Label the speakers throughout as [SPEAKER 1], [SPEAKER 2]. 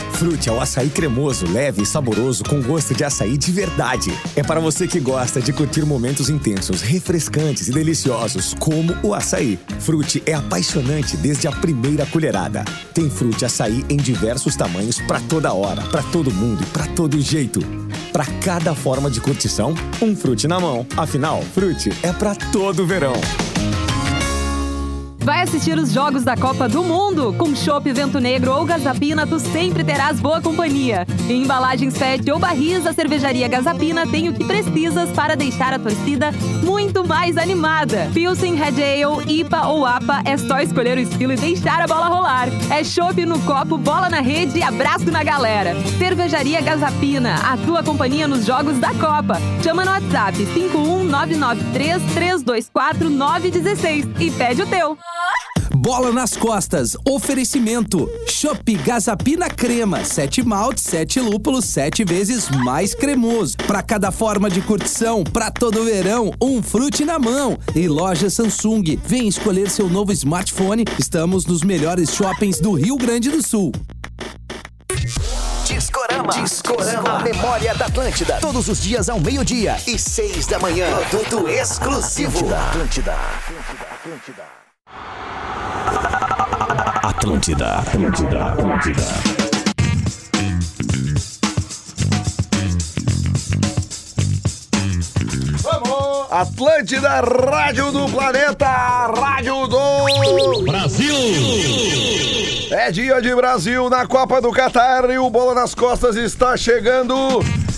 [SPEAKER 1] Hortifruti é o açaí cremoso, leve e saboroso com gosto de açaí de verdade. É para você que gosta de curtir momentos intensos, refrescantes e deliciosos, como o açaí. Frute é apaixonante desde a primeira colherada. Tem frute açaí em diversos tamanhos para toda hora, para todo mundo e para todo jeito. Para cada forma de curtição, um frute na mão. Afinal, frute é para todo verão.
[SPEAKER 2] Vai assistir os jogos da Copa do Mundo? Com chopp Vento Negro ou Gazapina, tu sempre terás boa companhia. Em embalagens PET ou barris, a cervejaria Gazapina tem o que precisas para deixar a torcida muito mais animada. Pilsen, Red Ale, IPA ou APA, é só escolher o estilo e deixar a bola rolar. É chopp no copo, bola na rede e abraço na galera. Cervejaria Gazapina, a tua companhia nos jogos da Copa. Chama no WhatsApp 51993324916 e pede o teu.
[SPEAKER 3] Bola nas costas, oferecimento. Shop Gazapina Crema, 7 malte, 7 lúpulos, 7 vezes mais cremoso. Para cada forma de curtição, para todo verão, um frute na mão. E loja Samsung, vem escolher seu novo smartphone. Estamos nos melhores shoppings do Rio Grande do Sul.
[SPEAKER 4] Discorama. Discorama. A memória da Atlântida. Todos os dias ao meio-dia e seis da manhã. Produto exclusivo da Atlântida. Atlântida. Atlântida.
[SPEAKER 5] Atlântida, Atlântida, Atlântida.
[SPEAKER 6] Atlântida, Rádio do Planeta, Rádio do Brasil. É dia de Brasil na Copa do Catar e o Bola nas Costas está chegando.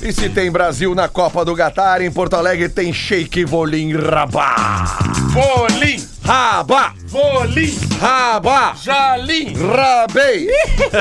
[SPEAKER 6] E se tem Brasil na Copa do Catar, em Porto Alegre tem Shake Volim Rabá.
[SPEAKER 7] Volim!
[SPEAKER 6] Rabá!
[SPEAKER 7] Volim!
[SPEAKER 6] Rabá!
[SPEAKER 7] Jalim!
[SPEAKER 6] Rabei!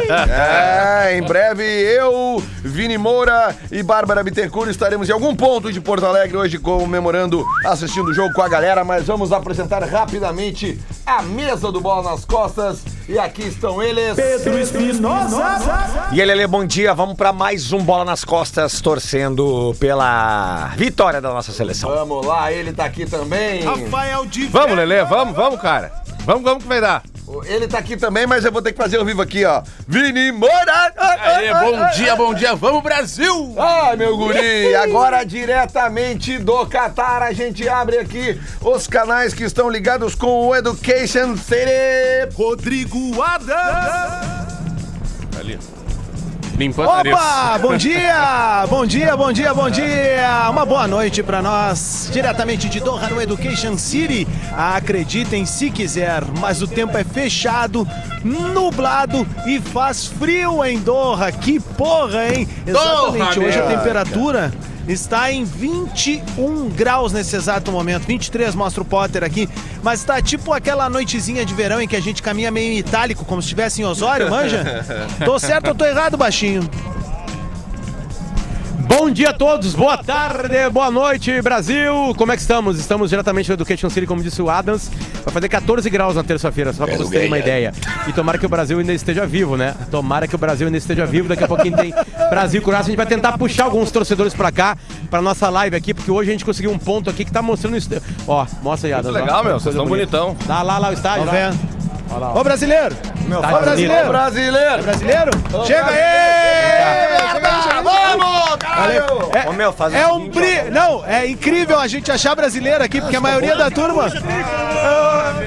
[SPEAKER 6] é, em breve eu, Vini Moura e Bárbara Bittencourt estaremos em algum ponto de Porto Alegre hoje comemorando, assistindo o jogo com a galera, mas vamos apresentar rapidamente a mesa do Bola nas Costas e aqui estão eles...
[SPEAKER 8] Pedro Espinosa!
[SPEAKER 1] E ele, bom dia, vamos para mais um Bola nas Costas, torcendo pela vitória da nossa seleção.
[SPEAKER 6] Vamos lá, ele tá aqui também.
[SPEAKER 7] Rafael de Vamos, Lele, vamos, vamos, cara. Vamos, vamos que vai dar.
[SPEAKER 6] Ele tá aqui também, mas eu vou ter que fazer ao vivo aqui, ó. Vini Moura!
[SPEAKER 7] Aê, bom dia, bom dia. Vamos, Brasil!
[SPEAKER 6] Ai, meu guri! Agora, diretamente do Catar, a gente abre aqui os canais que estão ligados com o Education City.
[SPEAKER 7] Rodrigo Adams! Tá Ali. Limpando
[SPEAKER 8] Opa! Bom dia! Bom dia, bom dia, bom dia! Uma boa noite para nós, diretamente de Doha no Education City. Acreditem se quiser, mas o tempo é fechado, nublado e faz frio em Doha. Que porra, hein? Exatamente,
[SPEAKER 7] Doha,
[SPEAKER 8] hoje a
[SPEAKER 7] meu.
[SPEAKER 8] temperatura está em 21 graus nesse exato momento. 23 mostra o Potter aqui, mas está tipo aquela noitezinha de verão em que a gente caminha meio em itálico, como se estivesse em Osório, manja? Tô certo ou tô errado, baixinho?
[SPEAKER 9] Bom dia a todos, boa tarde, boa noite, Brasil! Como é que estamos? Estamos diretamente do Education City, como disse o Adams. Vai fazer 14 graus na terça-feira, só pra
[SPEAKER 7] É,
[SPEAKER 9] vocês terem uma ideia. E tomara que o Brasil ainda esteja vivo, né? Tomara que o Brasil ainda esteja vivo. Daqui a pouquinho tem Brasil e Croácia. A gente vai tentar puxar alguns torcedores pra cá, pra nossa live aqui, porque hoje a gente conseguiu um ponto aqui que tá mostrando isso. Ó, mostra aí, Adams. ó.
[SPEAKER 7] legal, meu, vocês
[SPEAKER 9] Coisa
[SPEAKER 7] tão
[SPEAKER 9] bonita.
[SPEAKER 7] bonitão.
[SPEAKER 9] Lá, lá, lá, o estádio.
[SPEAKER 8] Tá
[SPEAKER 9] lá.
[SPEAKER 8] vendo?
[SPEAKER 9] Ó lá, ó. Tá
[SPEAKER 8] Ô brasileiro!
[SPEAKER 9] Meu,
[SPEAKER 8] Ô brasileiro! Tá
[SPEAKER 6] Brasileiro!
[SPEAKER 8] Brasileiro! Chega aí! Chega aí, chega aí.
[SPEAKER 6] Vamos, caralho!
[SPEAKER 8] É, é um bri... Não, é incrível a gente achar brasileiro aqui, porque a maioria da turma. É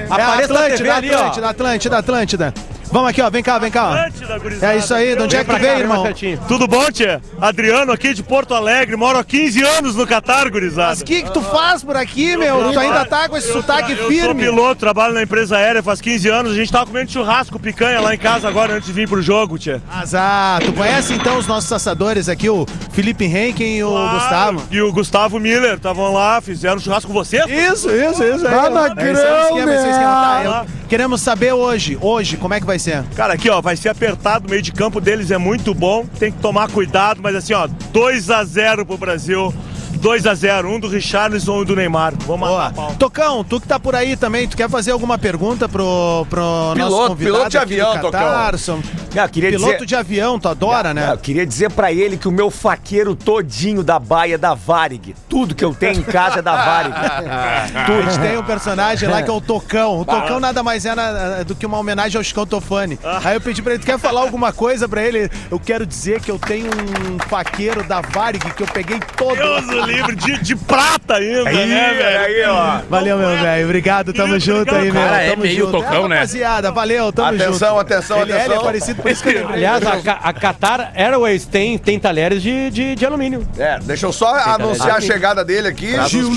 [SPEAKER 8] a
[SPEAKER 9] Apareça na TV
[SPEAKER 8] Atlântida,
[SPEAKER 9] ali, ó.
[SPEAKER 8] Atlântida, Atlântida, Atlântida. Vamos aqui, ó, vem cá, vem cá. ó. É isso aí, de onde é que
[SPEAKER 9] Pra cá,
[SPEAKER 8] tu veio,
[SPEAKER 9] vem mais
[SPEAKER 8] irmão?
[SPEAKER 9] pertinho.
[SPEAKER 10] Tudo bom, tia? Adriano aqui de Porto Alegre, moro há 15 anos no Catar, gurizada.
[SPEAKER 8] Mas o que, que tu faz por aqui, meu? Tu ainda tá com esse sotaque
[SPEAKER 10] eu sou
[SPEAKER 8] firme.
[SPEAKER 10] piloto, trabalho na empresa aérea faz 15 anos, a gente tava comendo churrasco, picanha lá em casa agora antes de vir pro jogo, tia.
[SPEAKER 8] Azar, tu conhece então os nossos assadores aqui, o Felipe Henken e o Gustavo?
[SPEAKER 10] E o Gustavo Miller, estavam lá, fizeram um churrasco com você?
[SPEAKER 8] Isso, isso, isso. Aí,
[SPEAKER 10] Tá na
[SPEAKER 8] Esse é o
[SPEAKER 10] grão,
[SPEAKER 8] esquema, esse é o esquema. Tá, eu-
[SPEAKER 10] né?
[SPEAKER 8] Queremos saber hoje, hoje, como é que vai ser?
[SPEAKER 10] Cara, aqui ó, vai ser apertado, o meio de campo deles é muito bom, tem que tomar cuidado, mas assim ó, 2 a 0 pro Brasil. 2 a 0 um do Richarlison e do Neymar. Vamos lá.
[SPEAKER 8] Tocão, tu que tá por aí também, tu quer fazer alguma pergunta pro, pro nosso
[SPEAKER 6] Piloto-
[SPEAKER 8] convidado?
[SPEAKER 6] piloto de
[SPEAKER 8] aqui do
[SPEAKER 6] avião,
[SPEAKER 8] Catar,
[SPEAKER 6] Tocão. Ah,
[SPEAKER 8] São-
[SPEAKER 1] Não, eu Ah, queria
[SPEAKER 8] piloto
[SPEAKER 1] dizer-
[SPEAKER 8] de avião, tu adora, né?
[SPEAKER 1] Eu queria dizer pra ele que o meu faqueiro todinho da baia é da Varig. Tudo que eu tenho em casa é da Varig.
[SPEAKER 8] A gente tem um personagem lá que é o Tocão. O
[SPEAKER 1] Bah.
[SPEAKER 8] Tocão nada mais é na- do que uma homenagem ao Chicão Tofani. Aí eu pedi pra ele, tu quer falar alguma coisa pra ele? Eu quero dizer que eu tenho um faqueiro da Varig que eu peguei todo.
[SPEAKER 10] Deus o livre, de, de prata ainda, né, velho?
[SPEAKER 8] Valeu, meu velho. Obrigado, tamo junto aí, meu.
[SPEAKER 10] Cara, é
[SPEAKER 8] Tamo
[SPEAKER 10] meio
[SPEAKER 8] junto.
[SPEAKER 10] Tocão, né?
[SPEAKER 8] Rapaziada, valeu, tamo
[SPEAKER 6] Atenção,
[SPEAKER 8] junto.
[SPEAKER 6] atenção,
[SPEAKER 8] Ele
[SPEAKER 6] atenção.
[SPEAKER 8] é parecido, por isso que eu lembrei.
[SPEAKER 9] Aliás, a, Ca- a Qatar Airways tem, tem talheres de, de, de alumínio.
[SPEAKER 6] É, deixa eu só anunciar a chegada dele aqui. Gil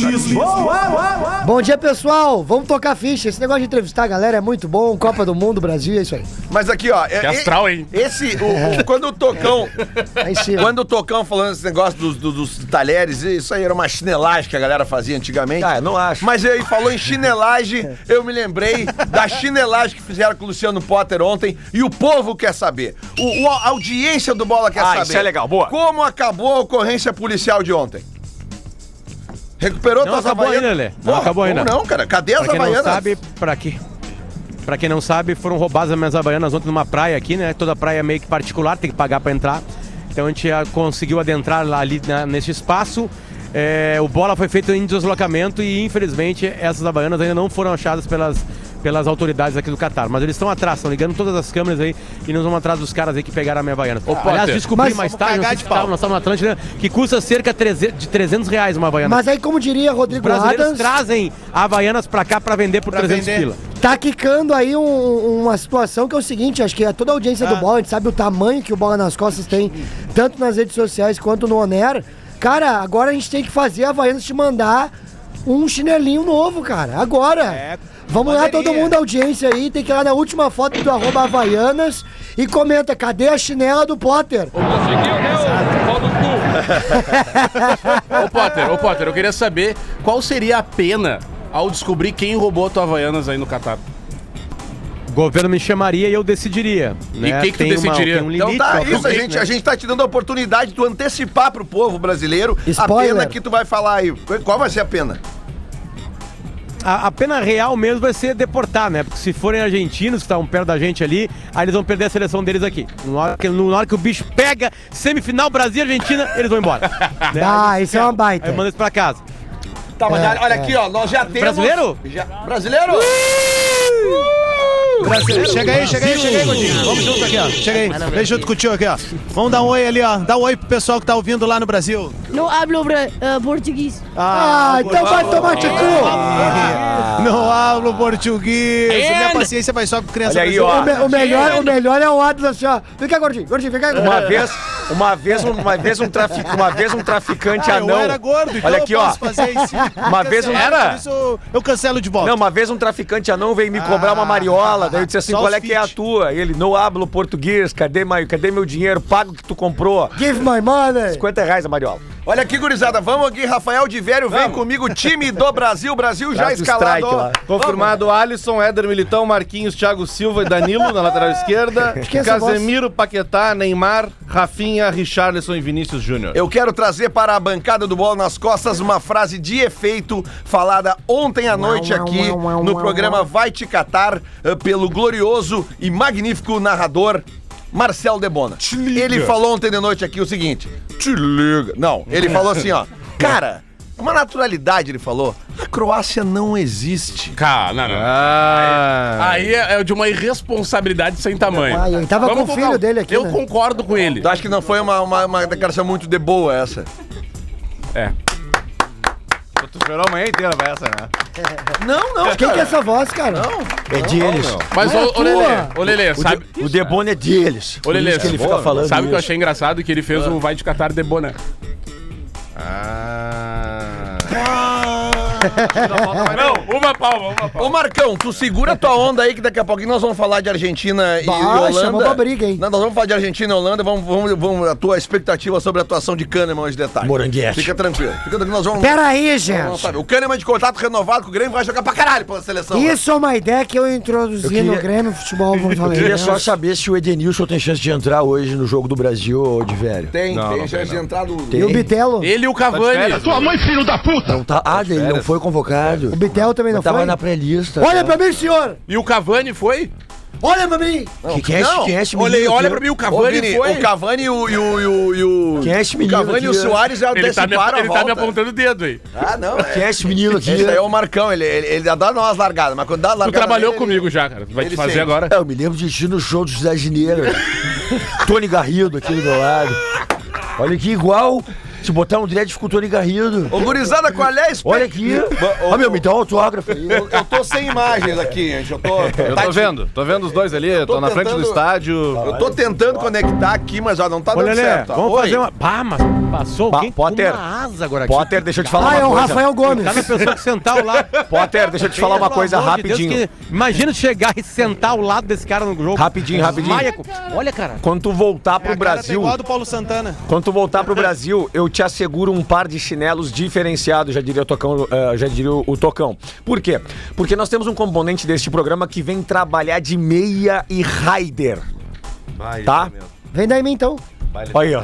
[SPEAKER 11] Bom dia, pessoal. Vamos tocar ficha. Esse negócio de entrevistar a galera é muito bom. Copa do Mundo, Brasil, é isso aí.
[SPEAKER 6] Mas aqui, ó. É,
[SPEAKER 11] Que astral, hein?
[SPEAKER 6] Esse, o-
[SPEAKER 1] É.
[SPEAKER 6] o- quando o Tocão.
[SPEAKER 1] Tá
[SPEAKER 11] sim.
[SPEAKER 6] quando o Tocão falando esse negócio dos, dos- dos talheres, isso aí era uma chinelagem que a galera fazia antigamente. Ah, não acho. Mas aí falou em chinelagem, eu me lembrei da chinelagem que fizeram com o Luciano Potter ontem e o povo quer saber. O, o- a audiência do Bola quer
[SPEAKER 1] Ah,
[SPEAKER 6] saber.
[SPEAKER 1] isso é legal, boa.
[SPEAKER 6] Como acabou a ocorrência policial de ontem? Recuperou
[SPEAKER 9] Não acabou ainda, Lê. Não acabou ainda.
[SPEAKER 6] Não, cara. Cadê as
[SPEAKER 9] pra quem
[SPEAKER 6] havaianas?
[SPEAKER 9] não sabe, pra quê? Pra quem não sabe, foram roubadas as minhas havaianas ontem numa praia aqui, né? Toda praia é meio que particular, tem que pagar pra entrar. Então a gente ah, conseguiu adentrar lá ali na- nesse espaço. É, o bola foi feito em deslocamento e infelizmente essas havaianas ainda não foram achadas pelas, pelas autoridades aqui do Catar. Mas eles estão atrás, estão ligando todas as câmeras aí e nós vamos atrás dos caras aí que pegaram a minha havaiana. Aliás,
[SPEAKER 11] Potter.
[SPEAKER 9] descobri
[SPEAKER 11] Mas
[SPEAKER 9] mais
[SPEAKER 11] vamos
[SPEAKER 9] tarde, não
[SPEAKER 11] cagar
[SPEAKER 9] sei
[SPEAKER 11] de
[SPEAKER 9] se tava,
[SPEAKER 11] pau.
[SPEAKER 9] nós estávamos na Atlântida, que custa cerca 300 de 300 reais uma havaiana.
[SPEAKER 11] Mas aí, como diria
[SPEAKER 9] Os
[SPEAKER 11] Rodrigo
[SPEAKER 9] brasileiros
[SPEAKER 11] Adams,
[SPEAKER 9] trazem havaianas pra cá pra vender por 300
[SPEAKER 11] vender.
[SPEAKER 9] pila.
[SPEAKER 11] tá quicando aí um- uma situação que é o seguinte, acho que é toda a audiência
[SPEAKER 9] Ah.
[SPEAKER 11] do Bola, a gente sabe o tamanho que o Bola nas Costas tem, tanto nas redes sociais quanto no Oner. Cara, agora a gente tem que fazer a Havaianas te mandar um chinelinho novo, cara. Agora.
[SPEAKER 9] É,
[SPEAKER 11] Vamos lá, todo mundo, audiência aí, tem que ir lá na última foto do arroba Havaianas e comenta, cadê a chinela do Potter?
[SPEAKER 7] ô Potter, ô Potter, eu queria saber qual seria a pena ao descobrir quem roubou a tua Havaianas aí no Catar.
[SPEAKER 9] O governo me chamaria e eu decidiria. né?
[SPEAKER 6] o
[SPEAKER 9] Tem uma- tem um limite, né?
[SPEAKER 6] então tá,
[SPEAKER 9] uma-
[SPEAKER 6] isso, a gente, a gente tá te dando a oportunidade de tu antecipar pro povo brasileiro
[SPEAKER 9] Spoiler.
[SPEAKER 6] a pena que tu vai falar aí. Qu- Qual vai ser a pena?
[SPEAKER 9] A, a pena real mesmo vai ser deportar, né? Porque se forem argentinos que estavam perto da gente ali, aí eles vão perder a seleção deles aqui. Na hora que, na hora que o bicho pega, semifinal Brasil e Argentina, eles vão embora. Né?
[SPEAKER 11] Ah, isso é uma baita.
[SPEAKER 9] Aí manda eles pra casa.
[SPEAKER 6] Tá, mas olha aqui, ó, nós já temos-
[SPEAKER 9] É, Brasileiro?
[SPEAKER 6] Brasileiro?
[SPEAKER 8] Brasil. Chega aí, chega aí, chega aí, Godinho. Vamos junto aqui, ó. Chega aí. Vem junto com o tio aqui, ó. Vamos dar um oi ali, ó. Dá um oi pro pessoal que tá ouvindo lá no Brasil.
[SPEAKER 12] Não hablo bra- ah, português.
[SPEAKER 8] Ah,
[SPEAKER 11] então vai tomar de
[SPEAKER 1] Ah.
[SPEAKER 8] Não hablo português. Minha
[SPEAKER 11] And-
[SPEAKER 8] paciência vai só com criança
[SPEAKER 1] Olha aí,
[SPEAKER 8] brasileira.
[SPEAKER 1] ó.
[SPEAKER 11] O, me- o melhor, o melhor é o Adams assim, ó. Vem cá, gordinho, gordinho, vem cá.
[SPEAKER 1] É. Uma vez, uma vez, um- uma vez um trafic, uma vez um traficante
[SPEAKER 11] Ah, eu
[SPEAKER 1] anão.
[SPEAKER 11] era gordo, então
[SPEAKER 1] Olha
[SPEAKER 11] eu
[SPEAKER 1] aqui, ó.
[SPEAKER 11] posso fazer isso.
[SPEAKER 1] Uma vez um
[SPEAKER 11] Cancela, por
[SPEAKER 8] Eu, cancelo de volta.
[SPEAKER 1] Não, uma vez um traficante anão veio me cobrar
[SPEAKER 8] Ah.
[SPEAKER 1] uma mariola, daí eu disse assim,
[SPEAKER 11] só
[SPEAKER 1] qual
[SPEAKER 11] os
[SPEAKER 1] é que é a tua? E ele, não hablo português, cadê, ma- cadê meu dinheiro? Pago o que tu comprou.
[SPEAKER 11] Give my money.
[SPEAKER 1] 50 reais a mariola.
[SPEAKER 6] Olha aqui, gurizada, vamos aqui, Rafael de Vério, vem comigo, time do Brasil, Brasil já
[SPEAKER 13] Traz o
[SPEAKER 6] escalado.
[SPEAKER 13] strike lá. Confirmado Alisson, Éder Militão, Marquinhos, Thiago Silva e Danilo na lateral esquerda.
[SPEAKER 6] Esqueça a
[SPEAKER 13] Casemiro, Paquetá, Neymar, Rafinha, Richarlison e Vinícius Júnior.
[SPEAKER 6] Eu quero trazer para a bancada do Bola nas Costas uma frase de efeito falada ontem à noite aqui no programa Vai Te Catar eh, pelo glorioso e magnífico narrador Marcel Debona. Ele falou ontem de noite aqui o seguinte: Te liga. Não, ele falou assim, ó. Cara, uma naturalidade, ele falou. A Croácia não existe.
[SPEAKER 7] Cara, não, não. Aí é, é de uma irresponsabilidade sem tamanho.
[SPEAKER 11] Ah, ele tava com o filho
[SPEAKER 7] colocar-
[SPEAKER 11] dele aqui,
[SPEAKER 7] Eu
[SPEAKER 11] né?
[SPEAKER 7] concordo com ele.
[SPEAKER 6] Tu acha que não foi uma, uma, uma declaração muito de boa essa?
[SPEAKER 7] É.
[SPEAKER 13] Tu chorou a manhã inteira pra essa, né?
[SPEAKER 6] Não,
[SPEAKER 11] não. Quem que é essa voz, cara? Não.
[SPEAKER 1] É de eles.
[SPEAKER 7] Mas,
[SPEAKER 11] Não é
[SPEAKER 7] ô, ô Lelê,
[SPEAKER 11] tua.
[SPEAKER 7] ô, Lelê,
[SPEAKER 1] O de-
[SPEAKER 7] sabe...
[SPEAKER 1] O Debona é de eles.
[SPEAKER 7] Ô,
[SPEAKER 1] Por
[SPEAKER 7] Lelê,
[SPEAKER 1] isso que ele fica falando
[SPEAKER 7] sabe o que eu
[SPEAKER 1] isso.
[SPEAKER 7] achei engraçado? Que ele
[SPEAKER 6] É.
[SPEAKER 7] fez um o Vai de Catar de Boné.
[SPEAKER 13] Ah.
[SPEAKER 6] Não, uma palma, uma palma. Ô Marcão, tu segura tua onda aí que daqui a pouquinho nós vamos falar de Argentina e
[SPEAKER 11] Bah, chamou
[SPEAKER 6] Holanda.
[SPEAKER 11] pra briga, hein?
[SPEAKER 6] Não, nós vamos falar de Argentina e Holanda, vamos, vamos, vamos a tua expectativa sobre a atuação de Kahneman hoje de detalhe.
[SPEAKER 1] Moranguete.
[SPEAKER 6] Fica tranquilo. Fica tranquilo, nós vamos...
[SPEAKER 11] Pera aí,
[SPEAKER 6] nós vamos
[SPEAKER 11] gente.
[SPEAKER 6] saber. O Kahneman de contrato renovado com o Grêmio vai jogar pra caralho pela seleção. né?
[SPEAKER 11] Isso
[SPEAKER 1] um
[SPEAKER 11] é uma ideia que eu introduzi
[SPEAKER 1] Eu queria-
[SPEAKER 11] no Grêmio Futebol Porto
[SPEAKER 1] Eu queria só
[SPEAKER 11] Alegrense.
[SPEAKER 1] saber se o Edenilson tem chance de entrar hoje no jogo do Brasil ou de velho.
[SPEAKER 6] Tem, tem, já de entrar no...
[SPEAKER 1] Tem. E o
[SPEAKER 11] Bitelo?
[SPEAKER 7] Ele e o
[SPEAKER 1] Tá de
[SPEAKER 7] Cavani.
[SPEAKER 1] férias, Tua
[SPEAKER 7] mãe, filho da puta!
[SPEAKER 1] Não tá, ah, ele não foi convocado.
[SPEAKER 11] O Bitel também não
[SPEAKER 1] tava
[SPEAKER 11] foi?
[SPEAKER 1] na pré-lista.
[SPEAKER 11] Olha pra mim, senhor!
[SPEAKER 7] E o Cavani foi?
[SPEAKER 11] Olha pra mim!
[SPEAKER 1] Que que é esse-
[SPEAKER 6] Não,
[SPEAKER 1] que é esse
[SPEAKER 6] olha, aí,
[SPEAKER 1] menino
[SPEAKER 6] olha
[SPEAKER 1] aqui?
[SPEAKER 6] pra mim, o Cavani,
[SPEAKER 1] Ô, Vini, foi?
[SPEAKER 6] o Cavani e o... E o, e o, e o
[SPEAKER 1] Quem é esse
[SPEAKER 6] o
[SPEAKER 1] menino
[SPEAKER 6] Cavani e o
[SPEAKER 1] aqui?
[SPEAKER 6] Soares já
[SPEAKER 7] Ele tá, me,
[SPEAKER 6] anteciparam
[SPEAKER 7] ele
[SPEAKER 6] a
[SPEAKER 7] tá me
[SPEAKER 6] volta.
[SPEAKER 7] apontando o dedo aí.
[SPEAKER 6] Ah, não. É.
[SPEAKER 1] Quem é esse menino aqui?
[SPEAKER 6] Esse daí é o Marcão, ele, ele, ele já dá nós largada, mas quando dá a
[SPEAKER 7] Tu
[SPEAKER 6] largada.
[SPEAKER 7] trabalhou
[SPEAKER 6] nele,
[SPEAKER 7] comigo já, cara. Tu vai te
[SPEAKER 6] ele
[SPEAKER 7] fazer
[SPEAKER 6] sente.
[SPEAKER 7] agora.
[SPEAKER 1] Eu me lembro de ti no show do José Gineiro. Tony Garrido aqui do meu lado. Olha que igual. Se botar um dread, fica o Tony Garrido.
[SPEAKER 6] Ô, gurizada, qual é a expectativa?
[SPEAKER 1] Olha aqui. Ó, meu, me dá um autógrafo aí.
[SPEAKER 6] Eu, eu tô sem imagens aqui, gente. Eu tô.
[SPEAKER 13] Eu tô vendo, tô vendo os dois ali, tô, na frente do
[SPEAKER 6] tentando-
[SPEAKER 13] estádio.
[SPEAKER 6] Eu tô tentando conectar aqui, mas ó, não tá
[SPEAKER 9] Olha,
[SPEAKER 6] dando
[SPEAKER 9] Lelê,
[SPEAKER 6] certo. ó.
[SPEAKER 9] vamos
[SPEAKER 6] Oi.
[SPEAKER 9] fazer uma. Bah, mas passou
[SPEAKER 1] Pa-
[SPEAKER 9] alguém
[SPEAKER 1] Potter.
[SPEAKER 9] com uma asa agora aqui.
[SPEAKER 1] Potter, deixa eu te falar
[SPEAKER 11] Ah,
[SPEAKER 1] uma
[SPEAKER 11] é o
[SPEAKER 1] coisa. tá
[SPEAKER 11] Rafael Gomes.
[SPEAKER 9] Cada pessoa que sentar ao lado.
[SPEAKER 1] Potter, deixa eu te falar uma
[SPEAKER 9] Pelo
[SPEAKER 1] coisa
[SPEAKER 9] amor de Deus,
[SPEAKER 1] rapidinho.
[SPEAKER 9] que- imagina tu chegar e sentar ao lado desse cara no jogo.
[SPEAKER 1] Rapidinho, rapidinho.
[SPEAKER 9] Maia com- Olha, cara.
[SPEAKER 1] Quando tu voltar pro
[SPEAKER 8] A cara tá
[SPEAKER 1] Brasil,
[SPEAKER 8] igual a do Paulo Santana.
[SPEAKER 1] quando tu voltar pro Brasil, eu te asseguro um par de chinelos diferenciados, já diria o Tocão, eh, já diria o Tocão. Por quê? Porque nós temos um componente deste programa que vem trabalhar de meia e raider, tá?
[SPEAKER 11] Vem daí mim então.
[SPEAKER 1] Aí, ó.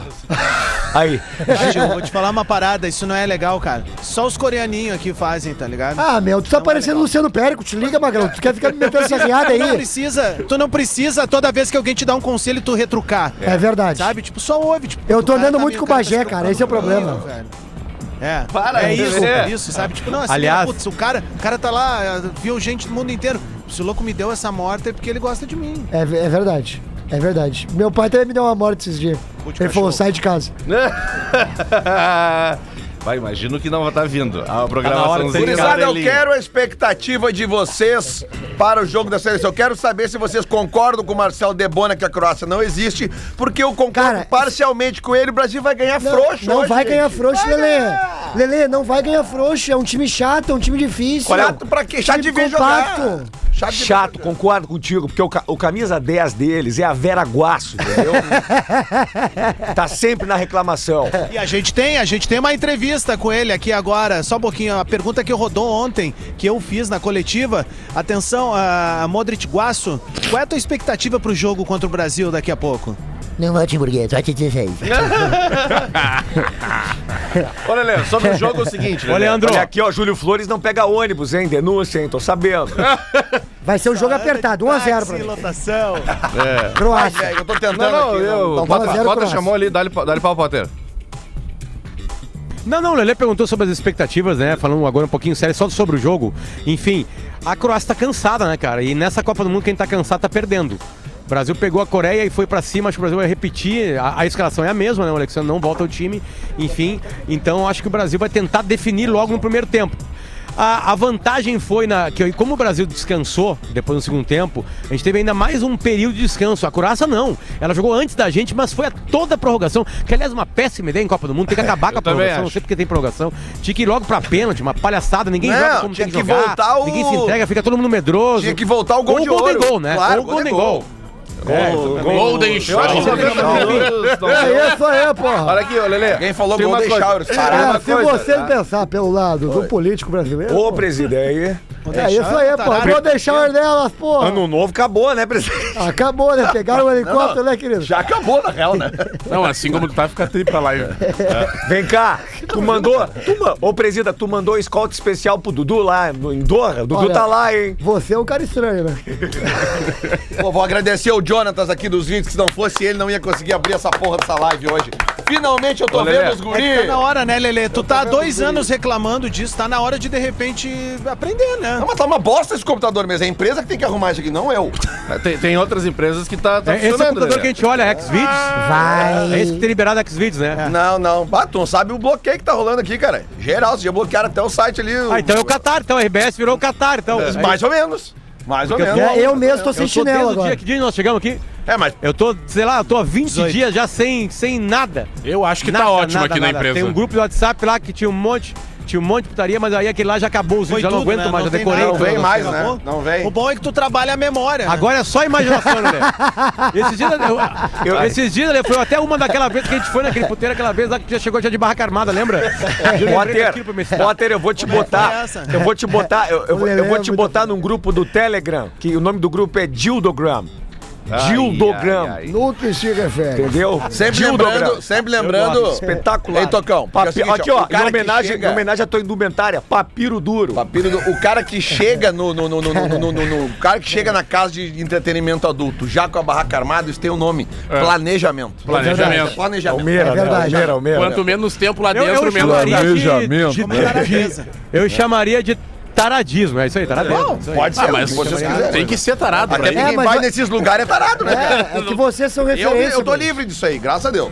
[SPEAKER 1] Aí.
[SPEAKER 8] Ah, Gil, vou te falar uma parada, isso não é legal, cara. Só os coreaninhos aqui fazem, tá ligado?
[SPEAKER 11] Ah, meu, tu tá parecendo Luciano Périco, te liga, Magrão. Tu quer ficar Tá me metendo essa riada
[SPEAKER 8] Tu não
[SPEAKER 11] aí?
[SPEAKER 8] precisa, tu não precisa toda vez que alguém te dá um conselho tu retrucar.
[SPEAKER 11] É verdade.
[SPEAKER 8] Sabe? Tipo, só ouve, tipo.
[SPEAKER 11] Eu
[SPEAKER 8] o
[SPEAKER 11] tô
[SPEAKER 8] cara
[SPEAKER 11] andando
[SPEAKER 8] tá
[SPEAKER 11] muito
[SPEAKER 8] meio-
[SPEAKER 11] com o
[SPEAKER 8] cara tá se
[SPEAKER 11] Bagé, cara, esse é o
[SPEAKER 8] preocupando
[SPEAKER 11] problema.
[SPEAKER 8] comigo, velho. É,
[SPEAKER 6] Para
[SPEAKER 8] é
[SPEAKER 6] aí,
[SPEAKER 8] isso,
[SPEAKER 6] Lelê.
[SPEAKER 8] é isso, sabe? Tipo, não, assim,
[SPEAKER 9] Aliás-
[SPEAKER 8] putz, o cara, o cara tá lá, eh, viu gente do mundo inteiro. Se o louco me deu essa morte é porque ele gosta de mim.
[SPEAKER 11] É, ve- é verdade. É verdade. Meu pai também me deu uma morte esses dias. Ele
[SPEAKER 8] Pude
[SPEAKER 11] falou,
[SPEAKER 8] cachorro.
[SPEAKER 11] sai de casa.
[SPEAKER 13] Vai, imagino que não vai estar vindo. A
[SPEAKER 9] Tá hora de
[SPEAKER 13] programaçãozinha.
[SPEAKER 9] ser
[SPEAKER 6] Gurizada, eu
[SPEAKER 13] amarelinha.
[SPEAKER 6] quero a expectativa de vocês para o jogo da seleção. Eu quero saber se vocês concordam com o Marcel Debona que a Croácia não existe, porque eu concordo
[SPEAKER 11] Cara,
[SPEAKER 6] parcialmente com ele. O Brasil vai ganhar
[SPEAKER 11] Não,
[SPEAKER 6] frouxo,
[SPEAKER 11] não
[SPEAKER 6] hoje,
[SPEAKER 11] vai
[SPEAKER 6] gente.
[SPEAKER 11] ganhar frouxo, Lelê. Lelê, não vai ganhar frouxo. É um time chato, é um time difícil.
[SPEAKER 6] Chato pra quê? Chato de
[SPEAKER 11] Time
[SPEAKER 6] ver jogar.
[SPEAKER 11] compacto.
[SPEAKER 6] Chato de ver
[SPEAKER 1] Chato, concordo contigo, porque o, ca- o camisa 10 deles é a Vera Guaço, entendeu? tá sempre na reclamação.
[SPEAKER 8] E a gente tem, a gente tem uma entrevista com ele aqui agora. Só um pouquinho, a pergunta que rodou ontem, que eu fiz na coletiva. Atenção, a Modric Guasso, qual é a tua expectativa pro jogo contra o Brasil daqui a pouco?
[SPEAKER 14] Não vote em burguês, vote em 16.
[SPEAKER 13] Olha, Léo, sobre o jogo é o seguinte,
[SPEAKER 9] Ô,
[SPEAKER 13] Lelê.
[SPEAKER 9] Leandro.
[SPEAKER 1] Olha aqui, ó, Júlio Flores não pega ônibus, hein? Denúncia, hein? Tô sabendo.
[SPEAKER 11] Vai ser um jogo apertado, 1x0 pra
[SPEAKER 8] Táxi,
[SPEAKER 11] mim.
[SPEAKER 8] lotação.
[SPEAKER 6] Ai,
[SPEAKER 11] Croácia.
[SPEAKER 6] velho, eu tô tentando
[SPEAKER 13] É. Não, não,
[SPEAKER 6] aqui.
[SPEAKER 13] eu.
[SPEAKER 6] não tá
[SPEAKER 13] O
[SPEAKER 11] bota-
[SPEAKER 13] Potter
[SPEAKER 11] zero
[SPEAKER 13] Potter
[SPEAKER 11] Croácia.
[SPEAKER 13] chamou ali, dá-lhe pa- dá-lhe pau, Potter.
[SPEAKER 9] Não, não, o Lelê perguntou sobre as expectativas, né? Falando agora um pouquinho sério, só sobre o jogo. Enfim, a Croácia tá cansada, né, cara? E nessa Copa do Mundo, quem tá cansado tá perdendo. O Brasil pegou a Coreia e foi pra cima, acho que o Brasil vai repetir. A, a escalação é a mesma, né? O Alexandre não volta ao time. Enfim, então acho que o Brasil vai tentar definir logo no primeiro tempo. A, a vantagem foi na, que como o Brasil descansou depois do segundo tempo, a gente teve ainda mais um período de descanso. A Croácia não. Ela jogou antes da gente, mas foi a toda a prorrogação. Que aliás, é uma péssima ideia em Copa do Mundo. Tem que acabar com a
[SPEAKER 13] também
[SPEAKER 9] prorrogação. Não
[SPEAKER 13] acho.
[SPEAKER 9] sei porque tem prorrogação. Tinha que ir logo pra pênalti, uma palhaçada. Ninguém
[SPEAKER 6] Não,
[SPEAKER 9] joga como
[SPEAKER 6] tinha
[SPEAKER 9] tem que,
[SPEAKER 6] que
[SPEAKER 9] jogar.
[SPEAKER 6] voltar o-
[SPEAKER 9] Ninguém se entrega, fica todo mundo medroso.
[SPEAKER 6] Tinha que voltar o gol
[SPEAKER 9] Ou
[SPEAKER 6] de
[SPEAKER 9] Golden
[SPEAKER 6] ouro.
[SPEAKER 9] Goal, né?
[SPEAKER 6] Claro,
[SPEAKER 9] Ou Golden
[SPEAKER 6] Golden
[SPEAKER 9] Goal. É,
[SPEAKER 7] Golden Show.
[SPEAKER 11] É isso aí, porra.
[SPEAKER 13] Olha aqui, ô, Lelê.
[SPEAKER 6] Alguém falou
[SPEAKER 13] Tem uma
[SPEAKER 6] Golden
[SPEAKER 13] coisa.
[SPEAKER 6] Showers.
[SPEAKER 11] É,
[SPEAKER 6] Parada.
[SPEAKER 11] se você pensar pelo lado do político brasileiro,
[SPEAKER 1] Ô,
[SPEAKER 11] pô,
[SPEAKER 1] presidente.
[SPEAKER 11] é isso aí, pô. Vou deixar o delas, pô.
[SPEAKER 1] Ano novo acabou, né, presidente?
[SPEAKER 11] Acabou, né? Pegaram o helicóptero, né, querido?
[SPEAKER 6] Já acabou, na real, né?
[SPEAKER 7] Não, assim como tu tá, fica tri pra live.
[SPEAKER 1] É. Vem cá, tu mandou. Tu, ma- ô, presida, tu mandou escolta especial pro Dudu lá no, em Doha? O Dudu
[SPEAKER 11] Olha.
[SPEAKER 1] tá lá, hein?
[SPEAKER 11] Você é um cara estranho, né?
[SPEAKER 6] Pô, vou agradecer ao Jonatas aqui dos vídeos, que se não fosse ele, não ia conseguir abrir essa porra dessa live hoje. Finalmente eu tô
[SPEAKER 13] Ô, Lelé.
[SPEAKER 6] vendo os
[SPEAKER 8] É que tá
[SPEAKER 6] guris.
[SPEAKER 8] na hora, né, Lelê? Tu tá há dois anos reclamando disso, tá na hora de de repente aprender, né?
[SPEAKER 6] Não, mas tá uma bosta esse computador mesmo. É a empresa que tem que arrumar isso aqui, não eu.
[SPEAKER 13] É, Tem, tem outras empresas que tá, tá
[SPEAKER 9] É, esse é o
[SPEAKER 13] funcionando,
[SPEAKER 9] computador que a
[SPEAKER 13] Lelê.
[SPEAKER 9] gente olha, Xvideos.
[SPEAKER 14] Vai.
[SPEAKER 9] É esse que tem liberado Xvideos, né?
[SPEAKER 6] Ah. Não, não. Ah, tu não sabe o bloqueio que tá rolando aqui, cara. Geral, vocês já bloquearam até o site ali. o-
[SPEAKER 9] Ah, então é o Qatar, então. A RBS virou o Qatar, então. É.
[SPEAKER 6] Mais ou menos. Mais ou
[SPEAKER 9] Porque eu
[SPEAKER 6] menos.
[SPEAKER 11] É, eu mesmo tô sem
[SPEAKER 9] Eu tô desde
[SPEAKER 11] chinelo
[SPEAKER 9] o dia
[SPEAKER 11] agora.
[SPEAKER 9] que dia nós chegamos aqui.
[SPEAKER 6] É, mas
[SPEAKER 9] Eu tô, sei lá, eu tô há 20 dias já sem, sem nada.
[SPEAKER 7] Eu acho que
[SPEAKER 9] Nada,
[SPEAKER 7] tá ótimo
[SPEAKER 9] nada,
[SPEAKER 7] aqui na
[SPEAKER 9] nada.
[SPEAKER 7] empresa.
[SPEAKER 9] Tem um grupo do WhatsApp lá que tinha um monte. tinha um monte de putaria, mas aí aquele lá já acabou os
[SPEAKER 8] Foi
[SPEAKER 9] vídeos, já não
[SPEAKER 8] tudo,
[SPEAKER 9] aguento
[SPEAKER 8] né?
[SPEAKER 9] mais,
[SPEAKER 8] Não
[SPEAKER 9] já
[SPEAKER 8] tem
[SPEAKER 9] decorei.
[SPEAKER 8] nada,
[SPEAKER 9] tudo.
[SPEAKER 8] não tem
[SPEAKER 13] né?
[SPEAKER 8] nada. Acabou?
[SPEAKER 6] Não vem.
[SPEAKER 8] O bom é que tu trabalha a memória. né?
[SPEAKER 9] Agora é só imaginação, né? Esses dias, eu, eu- esses dias né, foi até uma daquela vez que a gente foi naquele puteiro, aquela vez lá que já chegou já de barraca armada, lembra? Eu lembrei daquilo pra me
[SPEAKER 1] Potter,
[SPEAKER 9] citar.
[SPEAKER 1] Potter, eu vou te
[SPEAKER 9] Como é que foi
[SPEAKER 1] botar.
[SPEAKER 9] essa?
[SPEAKER 1] Eu vou te botar. Eu, eu vou- eu vou te botar num grupo do Telegram, que o nome do grupo é Dildogram.
[SPEAKER 6] Ai,
[SPEAKER 1] Dildogram.
[SPEAKER 6] ai,
[SPEAKER 1] No que se refere. Entendeu?
[SPEAKER 6] Sempre
[SPEAKER 1] Dildogram.
[SPEAKER 6] lembrando- sempre lembrando-
[SPEAKER 1] Eu gosto. Espetacular.
[SPEAKER 6] Ei, Tocão, porque é o
[SPEAKER 1] Papi-
[SPEAKER 6] seguinte,
[SPEAKER 1] aqui,
[SPEAKER 6] ó,
[SPEAKER 1] ó,
[SPEAKER 6] o cara
[SPEAKER 1] em homenagem,
[SPEAKER 6] que chega-
[SPEAKER 1] em homenagem à tua indumentária, papiro duro.
[SPEAKER 6] Papiro duro. O cara que chega no, no, no, no, no, no, no- no- o cara que chega na casa de entretenimento adulto, já com a barraca armada, isso tem um nome,
[SPEAKER 13] É.
[SPEAKER 6] planejamento.
[SPEAKER 7] Planejamento.
[SPEAKER 6] Planejamento.
[SPEAKER 7] Almeida, É verdade.
[SPEAKER 1] Almeira, Almeira.
[SPEAKER 7] Quanto menos tempo lá
[SPEAKER 9] Eu-
[SPEAKER 7] dentro,
[SPEAKER 9] eu
[SPEAKER 7] menos
[SPEAKER 9] chamaria de-
[SPEAKER 7] Planejamento.
[SPEAKER 9] de- de- Eu chamaria de taradismo, é isso aí, taradismo.
[SPEAKER 7] Bom,
[SPEAKER 9] Isso aí.
[SPEAKER 7] pode ser, Ah, mas se vocês quiserem. tem que ser tarado
[SPEAKER 6] Até
[SPEAKER 7] pra
[SPEAKER 6] porque quem
[SPEAKER 7] ir. É, mas
[SPEAKER 6] né? vai
[SPEAKER 7] vai-
[SPEAKER 6] nesses lugares é tarado, né? cara?
[SPEAKER 11] É, é que vocês são
[SPEAKER 6] Eu-
[SPEAKER 11] referência,
[SPEAKER 6] Eu, tô
[SPEAKER 11] mano.
[SPEAKER 6] livre disso aí, graças a Deus.